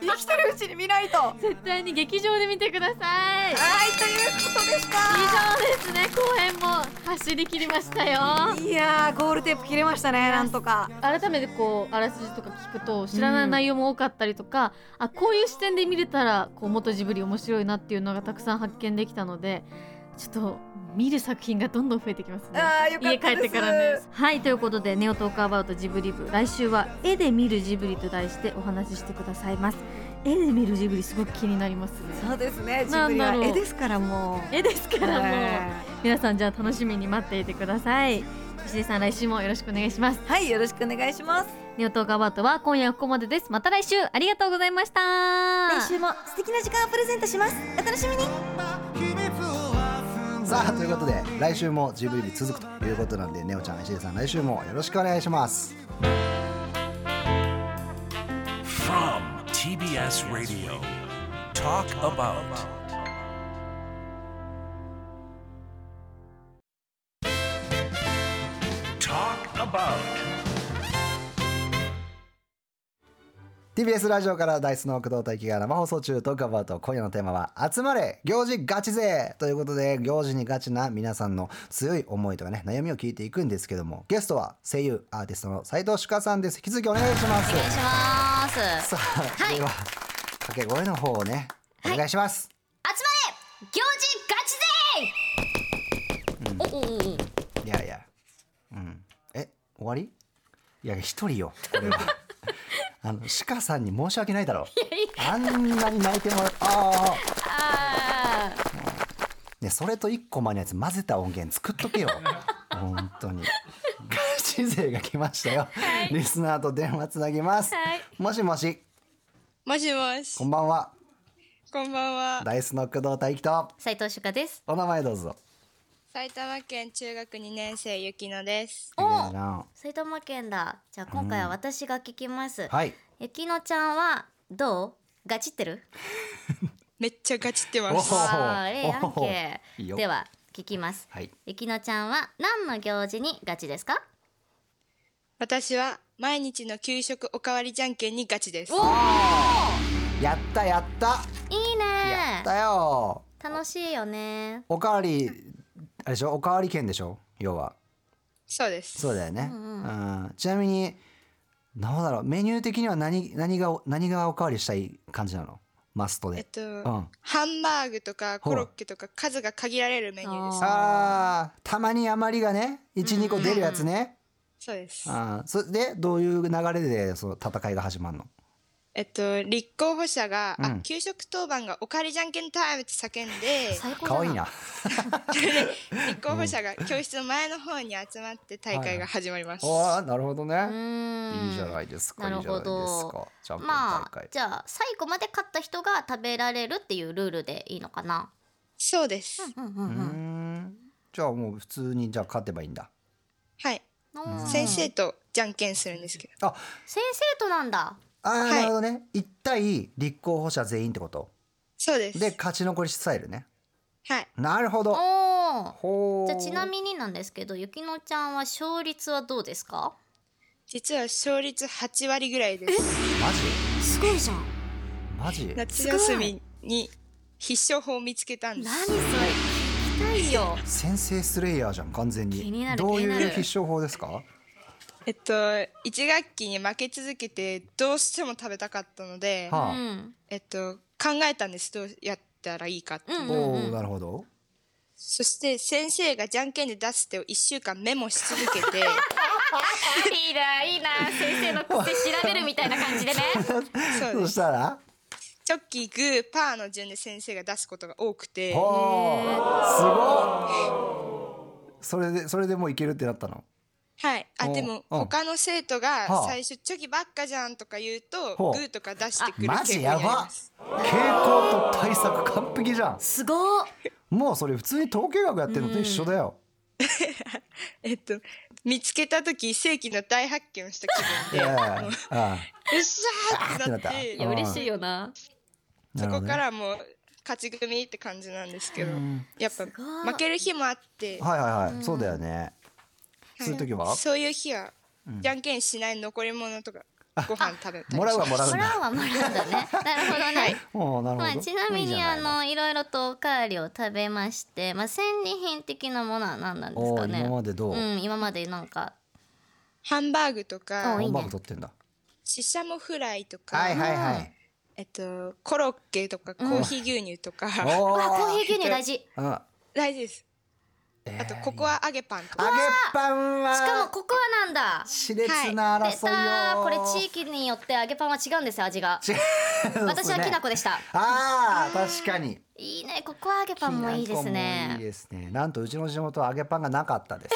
生きてるうちに見ないとはいという絶対に劇場で見てください以ことでした上ですね公演も走り切りましたよいやーゴールテープ切れましたねなんとか改めてこうあらすじとか聞くと知らない内容も多かったりとか、あこういう視点で見れたらこう元ジブリ面白いなっていうのがたくさん発見できたのでちょっと見る作品がどんどん増えてきますね。あーよか家ったです帰ってからね。はいということで「ネオトークアバウトジブリ部」来週は「絵で見るジブリ」と題してお話ししてくださいます。絵で見るジブリすごく気になりますね。そうですねジなブんリだはろう絵ですからもう絵ですからもう、え皆さんじゃあ楽しみに待っていてください。石井さん来週もよろしくお願いします。ーはいよろしくお願いしますネオトークアバートは今夜はここまでです。また来週ありがとうございました。来週も素敵な時間をプレゼントしますお楽しみにさあということで来週もジブリ日続くということなんでねおちゃん石井さん来週もよろしくお願いします。 From TBS Radio. Talk about. Talk about. TBS ラジオからダイスの工藤大輝が生放送中トークアバウト今夜のテーマは「集まれ行事ガチ勢!」ということで行事にガチな皆さんの強い思いとかね悩みを聞いていくんですけどもゲストは声優アーティストの斉藤朱夏さんです引き続きお願いしますお願いしますさあでは掛け声の方をねお願いします、行事ガチ勢、おおおおい、やいやうんえ終わりいや一人よこ れはあの朱夏さんに申し訳ないだろあんなに泣いてもらうあああーね、それと一個前のやつ混ぜた音源作っと けよ。本当に。ガチ勢が来ましたよ。リスナーと電話つなぎます。もしもし、もしもしこんばんは。こんばんはダイスの工藤大輝と、斉藤朱夏ですお名前どうぞ。埼玉県中学2年生ゆきのですお埼玉県だじゃあ今回は私が聞きます、はい。ゆきのちゃんはどうガチってるめっちゃガチっておほますほあーええやんおほけいいよでは聞きますはい。ゆきのちゃんは何の行事にガチですか私は毎日の給食おかわりじゃんけんにガチですやったやった。いいねやったよ。楽しいよねおかわり、あれでしょおかわり券でしょ要は。そうですそうだよね。うんちなみに、なんだろう、メニュー的には何、何が、何がおかわりしたい感じなのマストえっで。と、うん。ハンバーグとかほうコロッケとか数が限られるメニューですあーたまに余りがね12個出るやつね、そうですあーそれでどういう流れでその戦いが始まるのえっと立候補者が、うんあ給食当番がおかわりじゃんけんタイムって叫んで最高かだわいいな立候補者が教室の前の方に集まって大会が始まります、あーなるほどうね、ーんいいじゃないですかなるいほどいじゃないですかチャンピオンま大あ会、じゃあ最後まで勝った人が食べられるっていうルールでいいのかなそうです、うんうんうーんじゃあもう普通にじゃあ勝てばいいんだはいうん先生先とじゃんけんするんですけどあ生となんだあー、いなるほどね1対立候補者全員ってことそうですで勝ち残りスタイルねはいなるほどおーほじゃーあちなみになんですけどゆきのちゃんは勝率はどうですか実は勝率8割ぐらいですすごいじゃんマジマジ夏休みに必勝法を見つけたんで何すそれ聞きたいよ先制スレイヤーじゃん完全に気になるどうい気になうる必勝法ですかえっと1学期に負け続けてどうしても食べたかったので、はあうんえっと考えたんですどうやったらいいかって、うんうんおうーんなるほどそして先生がじゃんけんで出す手を1週間メモし続け ていいないいな先生の癖調べるみたいな感じで ねそうそでしすたらチョキグーパーの順で先生が出すことが多くておーすごいそれでそれでもういけるってなったのはいあおでもうん他の生徒はがあ最初チョキばっかじゃんとか言うとほうグーとか出してくる傾向にあマジやりばます傾向と対策完璧じゃんすごっもうそれ普通に統計学やってるのと一緒だよ、えっと、見つけた時世紀の大発見をした ええ気分でああうっしゃーってなっあーってていなやった嬉しいよな。なそるほどこねからもう勝ち組って感じなんですけどうんやっぱごい負ける日もあってはいはいはい、そうだよね。いそういう時はそういう日はじゃんけんしない残り物とかご飯食べたりもらうはしもらうんも らだ。うはもらうんだね。なるほどね。おーなるまあ、ほど。ちなみいいじにゃあいのいろいろとおかわりを食べまして、まあ、戦利品的なものは何なんですおかーね今までどう？うん、今までなんかハンバーグとうかハんいいねンバーグ取ってんだ。シシャモフライとか、はいはいはい。えっと、コロッケとかコーヒー牛乳とか、おうおわコーヒー牛乳大事しあ、大事ですえーあとココア揚げパンと揚かげパンは。かもココアなんだ熾烈な出争いたよ。これ地域によって揚げパンは違うんですよ 味が私はきなこでししたた。ああ確かに。いいねここは揚げパンもいいですきなこもいいねですね。なんとうちの地元は揚げパンがなかったです。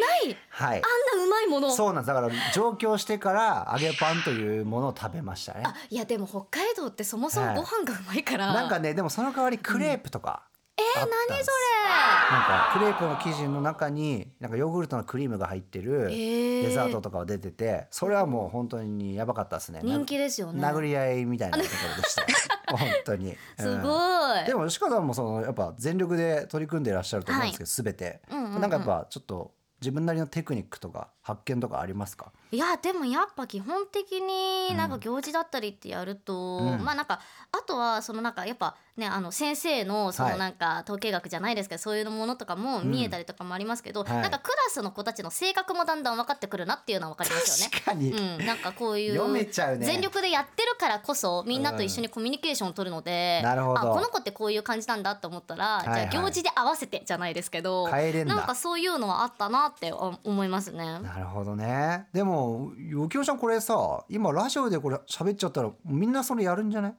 ないはい。あんなうまいものそうなんです。だから上京してから揚げパンというものを食べましたね。あいやでも北海道ってそもそもはいご飯がうまいから、なんかねでもその代わりクレープとか、えー、何そえなんかクレープの生地の中になんかヨーグルトのクリームが入ってるーデザートとかが出ててそれはもう本当にやばかったですねー人気ですよねな殴り合いみたいなところ でした本当に、うんすごいでも吉川さんもそのやっぱ全力で取り組んでいらっしゃると思うんですけど、全て、うんうんうんなんかやっぱちょっと自分なりのテクニックとか発見とかありますかいやでもやっぱ基本的になんか行事だったりってやると、うんまあなんかあとはそのなんかやっぱねあの先生のそはのいなんか統計学じゃないですけどそういうものとかも見えたりとかもありますけど、はいなんかクラスの子たちの性格もだんだん分かってくるなっていうのは分かりますよね。確かに、うん、なんかこういう読めちゃうね全力でやってるからこそみんなと一緒にコミュニケーションを取るので、うんなるほどあこの子ってこういう感じなんだと思ったら、はいはいじゃあ行事で合わせてじゃないですけど変えれんだなんかそういうのはあったなってお思いますね。なるほどねでもよきおちゃんこれさ今ラジオでこれ喋っちゃったらみんなそれやるんじゃない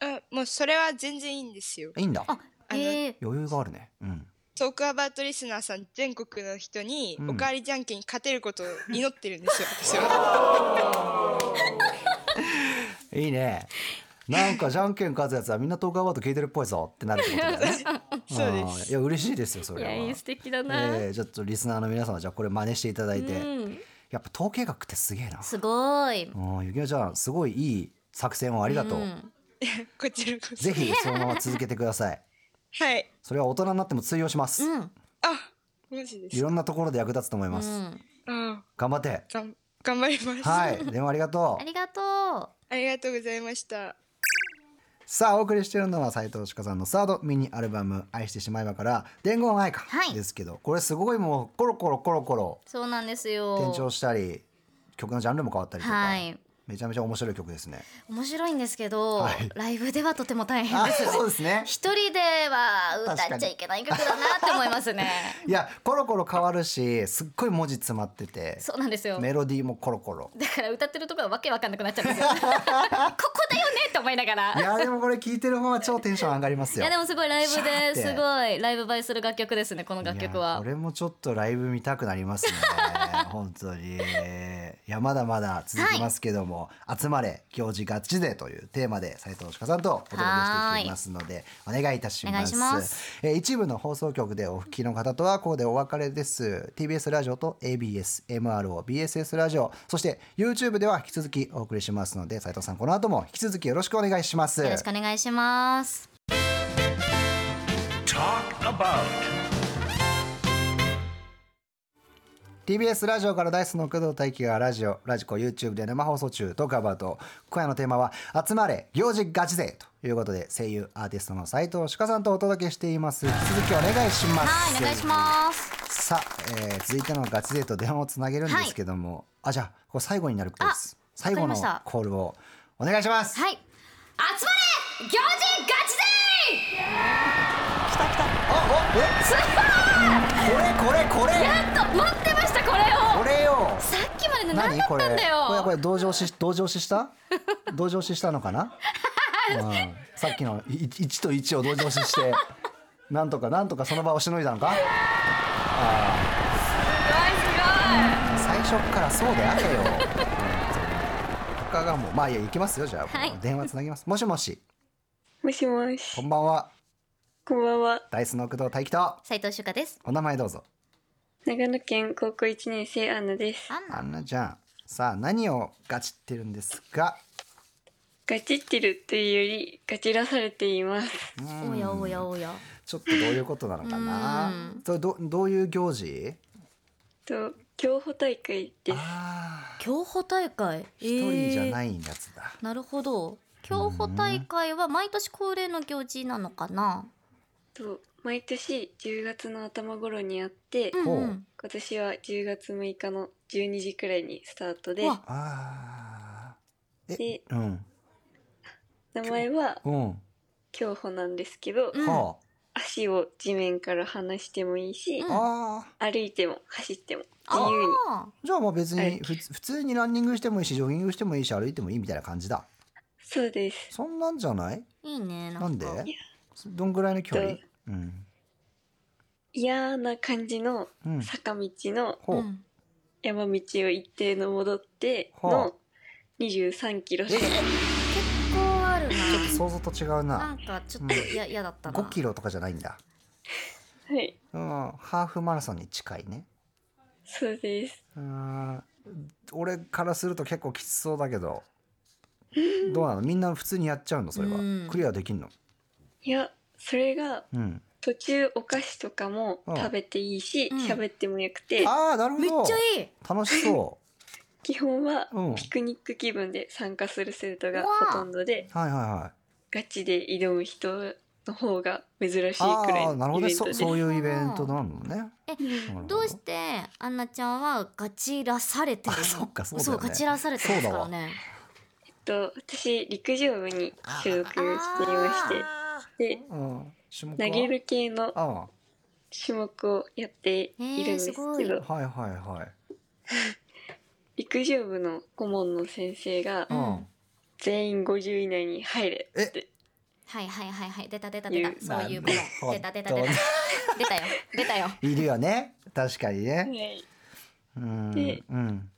うんもうそれは全然いいんですよいいんだあのえー余裕があるねうんトークアバートリスナーさん全国の人にうんおかわりじゃんけんに勝てることを祈ってるんですよ、私はいいねなんかじゃんけん勝つやつはみんなトークアバート聞いてるっぽいぞってなるってことだよねそうですすいや嬉しいですよそいれはや、いい素敵だな。えーちょっとリスナーの皆様じゃあこれ真似していただいて、やっぱ統計学ってすげえなすごい。うんゆきおちゃんすごいいい作戦をありがとう、んこちらこそぜひそのまま続けてくださいはいそれは大人になっても通用します、うん。あマジでいすかろんなところで役立つと思います、うんあ頑張ってがん頑張ります、 はい、電話ありがとあう。りがとありがとうございましたさあ、お送りしているのは斉藤かさんのサードミニアルバム愛してしまえばから伝言愛歌はいですけど、これすごいもうコロコロコロコロう。そうなんですよ。転調したり、曲のジャンルも変わったりとか、はい。めちゃめちゃ面白い曲です ね。面白いんですけど、はいライブではとても大変あ、です。そうですね。一人では歌っちゃいけない曲だなって思いますね。いや、コロコロ変わるし、すっごい文字詰まってて、そうなんですよ。メロディーもコロコロ。だから歌ってるところはわけわかんなくなっちゃうん ですよ。ここだよねって思いながら。いや、でもこれ聞いてる方は超テンション上がりますいよ。やでもすごいライブシャーっでてすごいライブ映えする楽曲ですねこの楽曲いやはこ。れもちょっとライブ見たくなりますね本当にいやまだまだ続きますけども「集まれ行事ガチ勢」というテーマで斉藤鹿さんとお届けしていきますのでお願いいたしお願まいすしますえー一部の放送局でお聞きの方とはここでお別れです TBS ラジオと ABSMROBSS ラジオそして YouTube では引き続きお送りしますので斉藤さんこの後も引き続きよろしくお願いしますよろしくお願いします。 Talk about. TBS ラジオからダイスの工藤大輝がラジオ、ラジコ、YouTube で生放送中、トークアバート。今夜のテーマは、集まれ、行事ガチ勢ということで、声優、アーティストの斉藤朱夏さんとお届けしています。引き続きお願いします。はいお願いします。す。さあ、えー続いてのガチ勢と電話をつなげるんですけども、あ、じゃあ、ここ最後になることです。最後わかのりましたコールをお願いします。はい。集まれ行事ガチ勢あ、お、え、これ、これ、これ、やっと待ってましたこれをこれよ。さっきまでの何何だったこんれだよこれこれ同情 し同情しした同情ししたのかな、うん、さっきのい1と1を同情し してなんとかなんとかその場をしのいだのか最初っからそうであれよう ん他がもうまあいいや行きますよじゃあ、はい電話つなぎますもしもしもしもしこんばんはこんばんはダイスの工藤大輝と斉藤修香ですお名前どうぞ長野県高校1年生アンナです。アンナちゃんさあ何をガチってるんですかガチってるというよりガチらされています。うんおやちょっとどういうことなのかなそれどどういう行事と競歩大会です。競歩大会一人じゃい、ないやつだ、なるほど競歩大会は毎年恒例の行事なのかなと毎年10月の頭頃にあって、うんうん今年は10月6日の12時くらいにスタートで、でうん名前はうん競歩なんですけど、は足を地面から離してもいいし、うんあ歩いても走ってもあ自由にじゃあまあ別にふつ普通にランニングしてもいいしジョギングしてもいいし歩いてもいいみたいな感じだそうですそんなんじゃないいいねなんでどんぐらいの距離とうん嫌な感じのうん坂道のほう山道を一定の戻っての23キロ走こうあるなちょっと想像と違うななんかちょっとうんや嫌だったな5キロとかじゃないんだはいうんハーフマラソンに近いね そうですうん俺からすると結構きつそうだけどどうなのみんな普通にやっちゃうのそれはうんクリアできんのいやそれがうん途中お菓子とかも食べていいし喋、ってもよくてああなるほどいい楽しそう基本は うんピクニック気分で参加する生徒がほとんどではいはいはいガチで挑む人の方が珍しいくらいああなるのほどイベねントそですそういうイベントなのねえほどどうしてアンナちゃんはガチらされてるのそっかそうだよねガチらされてますからねと私陸上部に所属していましてでうん種目は投げる系のあ種目をやっているんですけど、あはいはいはい陸上部の顧問の先生が、うん全員50以内に入れってはいはいはいはい出た出た出いたうそうい うなるこほどと出た出た出た出たよ 出たよいるよね確かに ねはいうんでうん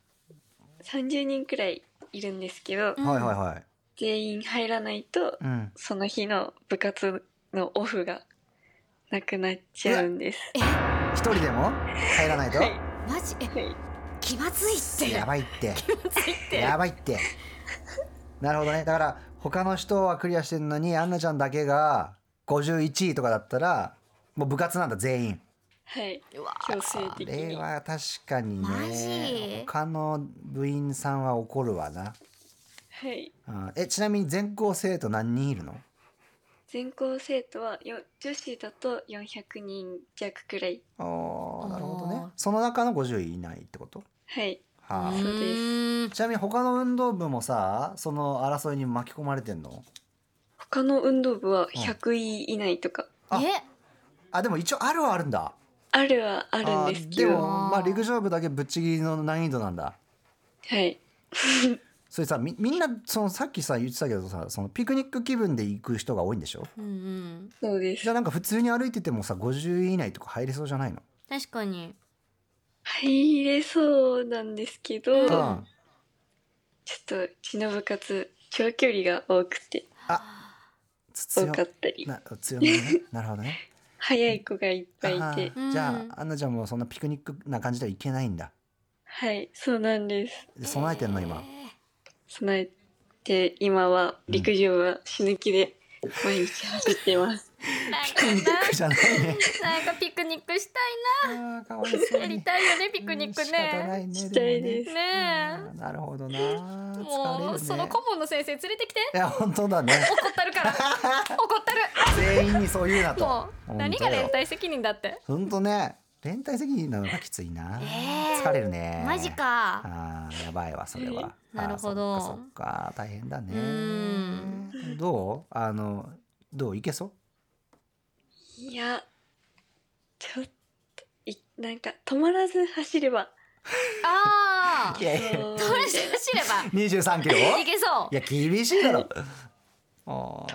30人くらいいるんですけはど、いはいはい全員入らないと、うんその日の部活のオフがなくなっちゃうんです。一人でも入らないとマジえ気まずいってやばいってやばいってなるほどねだから他の人はクリアしてるのにアンナちゃんだけが51位とかだったらもう部活なんだ全員はい強制これは確かにマジね他の部員さんは怒るわなはいうんえちなみに全校生徒何人いるの全校生徒はよ女子だと400人弱くらいあーなるほどねその中の50位以内ってことはいはそうですい。ちなみに他の運動部もさその争いに巻き込まれてんの他の運動部は100位以内とか、えあでも一応あるはあるんだあるはあるんですけあどーでもまあ陸上部だけぶっちぎりの難易度なんだはい それさみみんなそのさっきさ言ってたけどさそのピクニック気分で行く人が多いんでしょうんうんそうですじゃあなんか普通に歩いててもさ50位以内とか入れそうじゃないの確かに入れそうなんですけど、ちょっんとうちの部活長距離が多くて強多かったりな強めね なるほどね 早い子がいっぱいいあてーじゃあアンナちゃんもそんなピクニックな感じではいけないんだはいそうなんですで備えてんの 今備えて今は陸上は死ぬ気で毎日走って ます、クじゃない ねなんかピクニックしたいなやりたいよねピクニックね仕方ないねしでもねねえなるほどなもうその顧問の先生連れてきていや本当だね怒ったるから 怒ったる全員にそう言うなともう何が連帯責任だって本当ね連帯責任なのがきついな、疲れるねマジかあーやばいわそれはなるほどあーそっかそっか大変だねどうあのどういけそういやちょっといなんか止まらず走ればあいやいやどうして走れば23キロいけそういや厳しいだろあ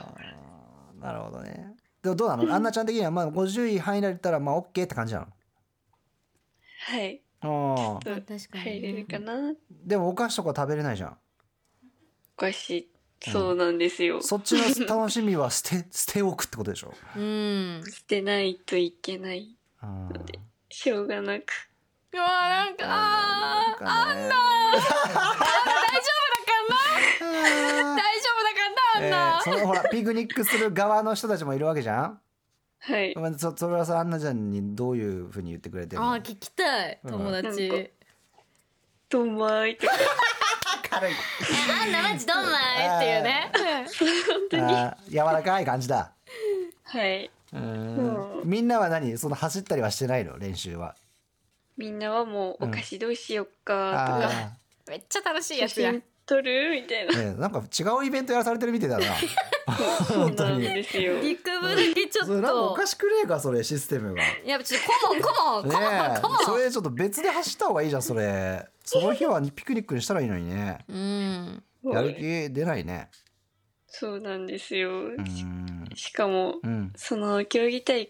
ーなるほどねでもどう なのアンナちゃん的にはまあ50位入られたらまあ OK って感じなはいのあー確かに入れるかなでもお菓子とか食べれないじゃんお菓子そうなんですよ、そっちの楽しみは捨て 捨ておくってことでしょうん捨てないといけないあーしょうがなくうわなんかあーあんなあんな大丈夫だからな大丈 夫だからなあんな、そのほらピクニックする側の人たちもいるわけじゃん。はい。まあそそれはさアンナちゃんにどういうふうに言ってくれてるの？あー聞きたい友達、うんどんまいって。軽い。あんなマジどんまいっていうねあー柔らかい感じだ。はい。うーんみんなは何その走ったりはしてないの練習は。みんなはもうお菓子どうしよっかとか、あめっちゃ楽しい写やつや真撮るみたいあ、ねえ、なんか違うイベントやらされてるみた いだな。な。そうなんですよ。ビッグブだけちょっそれなんかおとかしくねえかそれシステム が。ねやっぱちょっとコモンコモンコモンえコモン、それちょっと別で走った方がいいじゃんそれ。その日はピクニックにしたらいいの にね。うんやる気出ないね。そうなんですよ。うーん。しかも、うん。その競技大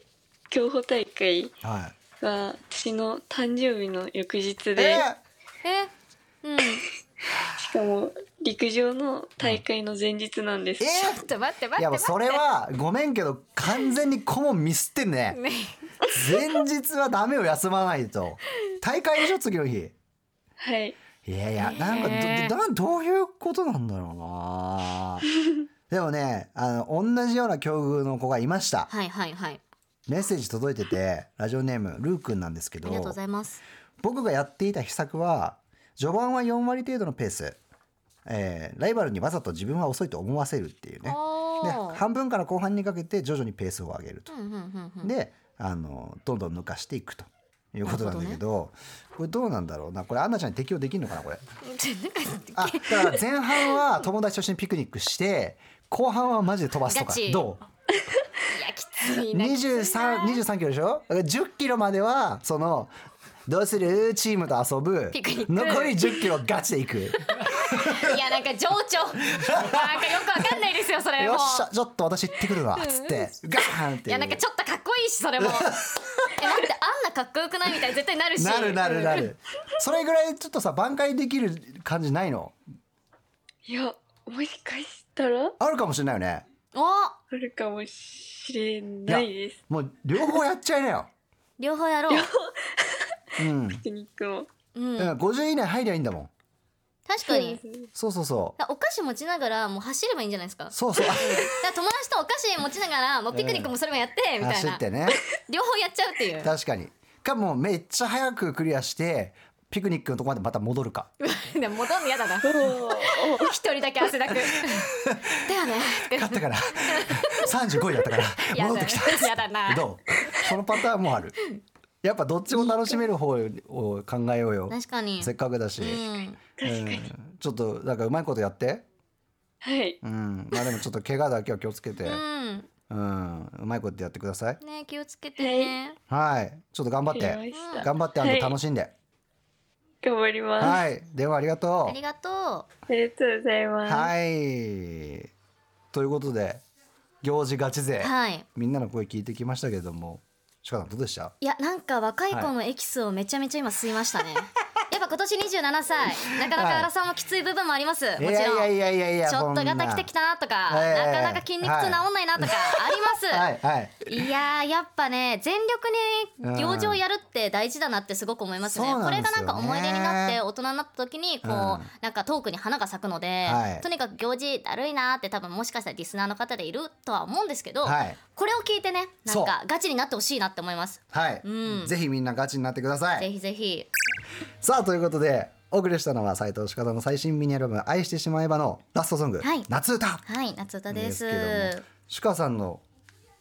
競歩大会はが私の誕生日の翌日い。で、えうん、ちしかも陸上の大会の前日なんです。えょっと待って待って待っていやもうそれはごめんけど完全に顧問ミスってんね ね前日はダメを休まないと大会でしょ次の日はい。いやいやなんかどねえどなんどういうことなんだろう なでもねあの同じような境遇の子がいましたはいはいはいメッセージ届いててラジオネームルーくんなんですけありがとうごどざいます僕がやっていた秘策は序盤は4割程度のペース、えーライバルにわざと自分は遅いと思わせるっていうねでおー半分から後半にかけて徐々にペースを上げるとうんうんうんうんであのどんどん抜かしていくということなんだけどこれどうなんだろうなこれアンナちゃんに適用できるのかな これちょなんかあだから前半は友達と一緒にピクニックして後半はマジで飛ばすとかガチどいやきつういな23 23キロでしょだから10キロまではそのどうするチームと遊ぶピクニック残り10キロガチでいくよいやなんか情緒なんかよくわかんないですよそれもうっしゃちょっと私行ってくるわっつってガーンっていやなんかちょっとかっこいいしそれ もえ待ってあんなかっこよくないみたいに絶対なるしなるなるなるそれぐらいちょっとさ挽回できる感じないのいや、もしかしたらあるかもしれないよねおあるかもしれないです。もう両方やっちゃいなよ両方やろううん、ピクニックも。うんだから50以内入りゃいいんだもん確かにそうそうそだからお菓子持ちながらもう走ればいいんじゃないですかうそうそうだから友達とお菓子持ちながらもうピクニックもそれもやってみたい走な、ってね両方やっちゃうっていう確かにかもうめっちゃ早くクリアしてピクニックのとこまでまた戻るかでも戻んの嫌だな一人だけ汗だくだよね勝ったから35位だったから嫌だ戻ってきた嫌だなどうそのパターンもあるやっぱどっちも楽しめる方を考えようよ確かにせっかくだし、うんうんちょっとなんかうまいことやってはい。うんまあでもちょっと怪我だけは気をつけて、うんうん、うまいことやってください。ね気をつけてね、はい、ちょっと頑張っわかりまて、した頑張って、あはのい楽しんで。頑張ります。あはい、ではありがと。ありがとりがとうございうます。はい、ということで、行事ガチう勢、はいみんなの声聞いてきましたけれども。しかさん、どうでした。いやなんか若い子のエキスをめちゃめちゃ今吸いま したね、やっぱ今年27歳なかなか荒さんもきつい部分もありますもちろんいやいやいやいやいや、ちょっとガタきてきた。たなとか、ええなかなか筋肉痛治んないなとかあります、はい、はい。い、やーやっぱね全力に行事をやるって大事だなってすごく思いますね、うんそうこなれんでがすよなねんか思い出になって大人になった時にこう、うんなんかトークに花が咲くので、はいとにかく行事だるいなーって多分もしかしたらリスナーの方でいるとは思うんですけど、はい。これを聞いてねなそんうかガチになってほしいなって思いますはい、うんぜひみんなガチになってください。ぜひぜひさあということでお送りしたのは斉藤しかの最新ミニアルバム「愛してしまえば」のラストソング「はい夏歌はい夏歌ですですけどもシュカさんの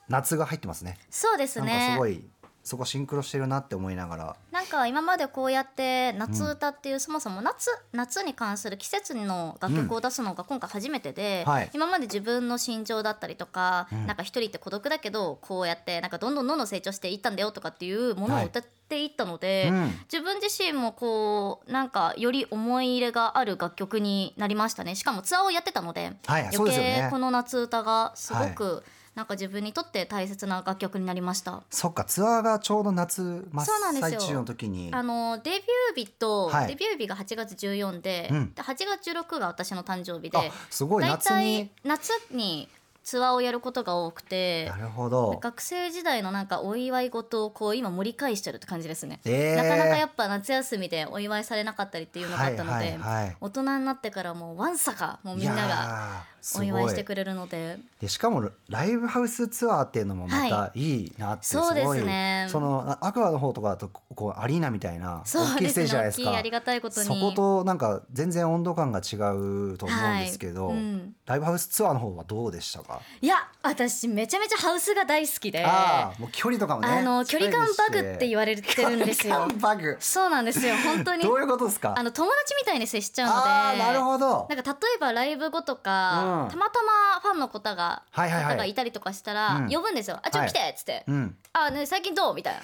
夏が入ってますね。そうですなんかねすごいそこシンクロしてるなって思いながら。なんか今までこうやって夏歌っていう、そもそも夏夏に関する季節の楽曲を出すのが今回初めてで、うんはい今まで自分の心情だったりとか、なんか一人って孤独だけどこうやってなんかどんどんどんどん成長していったんだよとかっていうものはいを歌っていったので、うん自分自身もこうなんかより思い入れがある楽曲になりましたねしかもツアーをやってたので、はいそう余ですよ計ねこの夏歌がすごく、なんか自分にとって大切な楽曲になりました。そっかツアーがちょうど夏真っそうなんです最よ中の時に。あのデビュー日と、はいデビュー日が8月14で、うんで8月16が私の誕生日あですごい大夏に体。夏にツアーをやることが多くてなるほど学生時代のなんかお祝い事をこう今盛り返してるって感じですね、えーなかなかやっぱ夏休みでお祝いされなかったりっていうのがあったので、はいはいはい大人になってからもうわんさかもうみんないがやーすおごい祝いしてくれるのででしかもライブハウスツアーっていうのもまたいいなってすごい、そうですねそのあアクアの方とかだとこうアリーナみたいなそう大きいでスすテーねジじゃない大ですきかいありがたいことにそことなんか全然温度感が違うと思うんですけど、はいうんライブハウスツアーの方はどうでしたか、いや私めちゃめちゃハウスが大好きでああもう距離とかもねあの距離感バグって言われてるんですよ距離感バグそうなんですよ本当にどういうことですかあの友達みたいに接しちゃうのであーなるほどなんか例えばライブ後とか、うんたまたまファンの方が,、はいはいはい方がいたりとかしたら、うん呼ぶんですよ「あちょはい来て」っつって「うんあね最近どう?」みたいな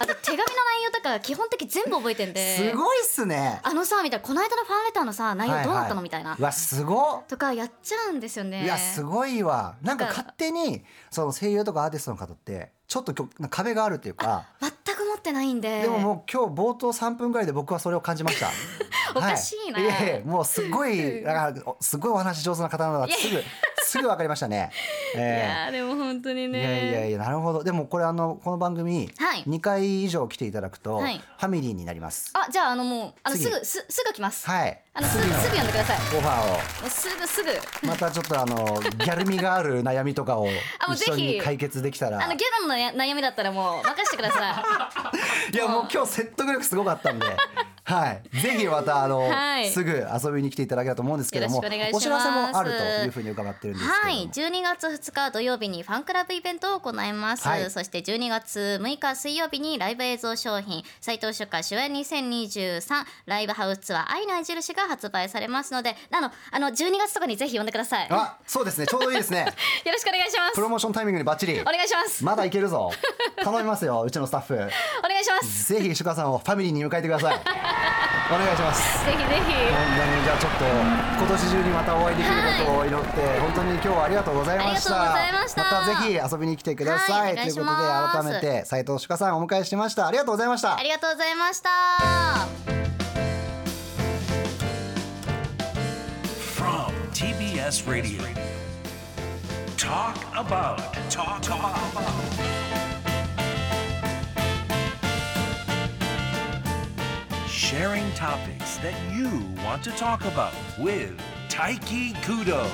あと手紙の内容とか基本的に全部覚えてんですごいっすねあのさみたいなこの間のファンレターのさ内容どうなったの、はいはいみたいなうわすごっとかやっちゃうんですよねいやすごいわなんか勝手にその声優とかアーティストの方ってちょっときょ壁があるっていうか全く持ってないんででももう今日冒頭3分ぐらいで僕はそれを感じました おかしいなはい、いえいえもうすっごいだからおすごいお話上手な方なのがすぐすぐ分かりましたね、いえやーでも本当にえねいやいやいやなるほどでもこれあのこの番組はい2回以上来ていただくと、はいファミリーになりますあじゃああのもうあの次すぐすすぐ来ます、はいあのすぐすぐ読んでくださいオファーをもうすぐすぐまたちょっとあ のギャル味がある悩みとかをあもうぜひ一緒に解決できたらあのゲロのや悩みだったらもう任せてくださいいやもう今日説得力すごかったん で。はい、ぜひまたあの、はいすぐ遊びに来ていただけたと思うんですけどもよろしくお願いします知らせもあるというふうに伺ってるんですけど、はい12月2日土曜日にファンクラブイベントを行います、はいそして12月6日水曜日にライブ映像商品斉藤初夏主演2023ライブハウスツアー愛の矢印が発売されますのであのあの12月とかにぜひ呼んでくださいよあそうですねちょうどいい ですねろしくお願いしますプロモーションタイミングにバッチリお願いしますまだいけるぞ頼みますようちのスタッフお願いしますぜひ石川さんをファミリーに迎えてくだ さいお願いしますぜひぜ本当にじゃあちょっと今年中にまたお会いできることを祈って、本当に今日はありがとうございましたありがとうございましたぜひ遊びに来てくださ、はいいおと願いいうしことでます改めて斉藤朱夏さんをお迎えしましたありがとうございましたひありがとうございました。 From TBS Radio. Talk about. Talk about. Sharing topics that you want to talk about with Taiki Kudo.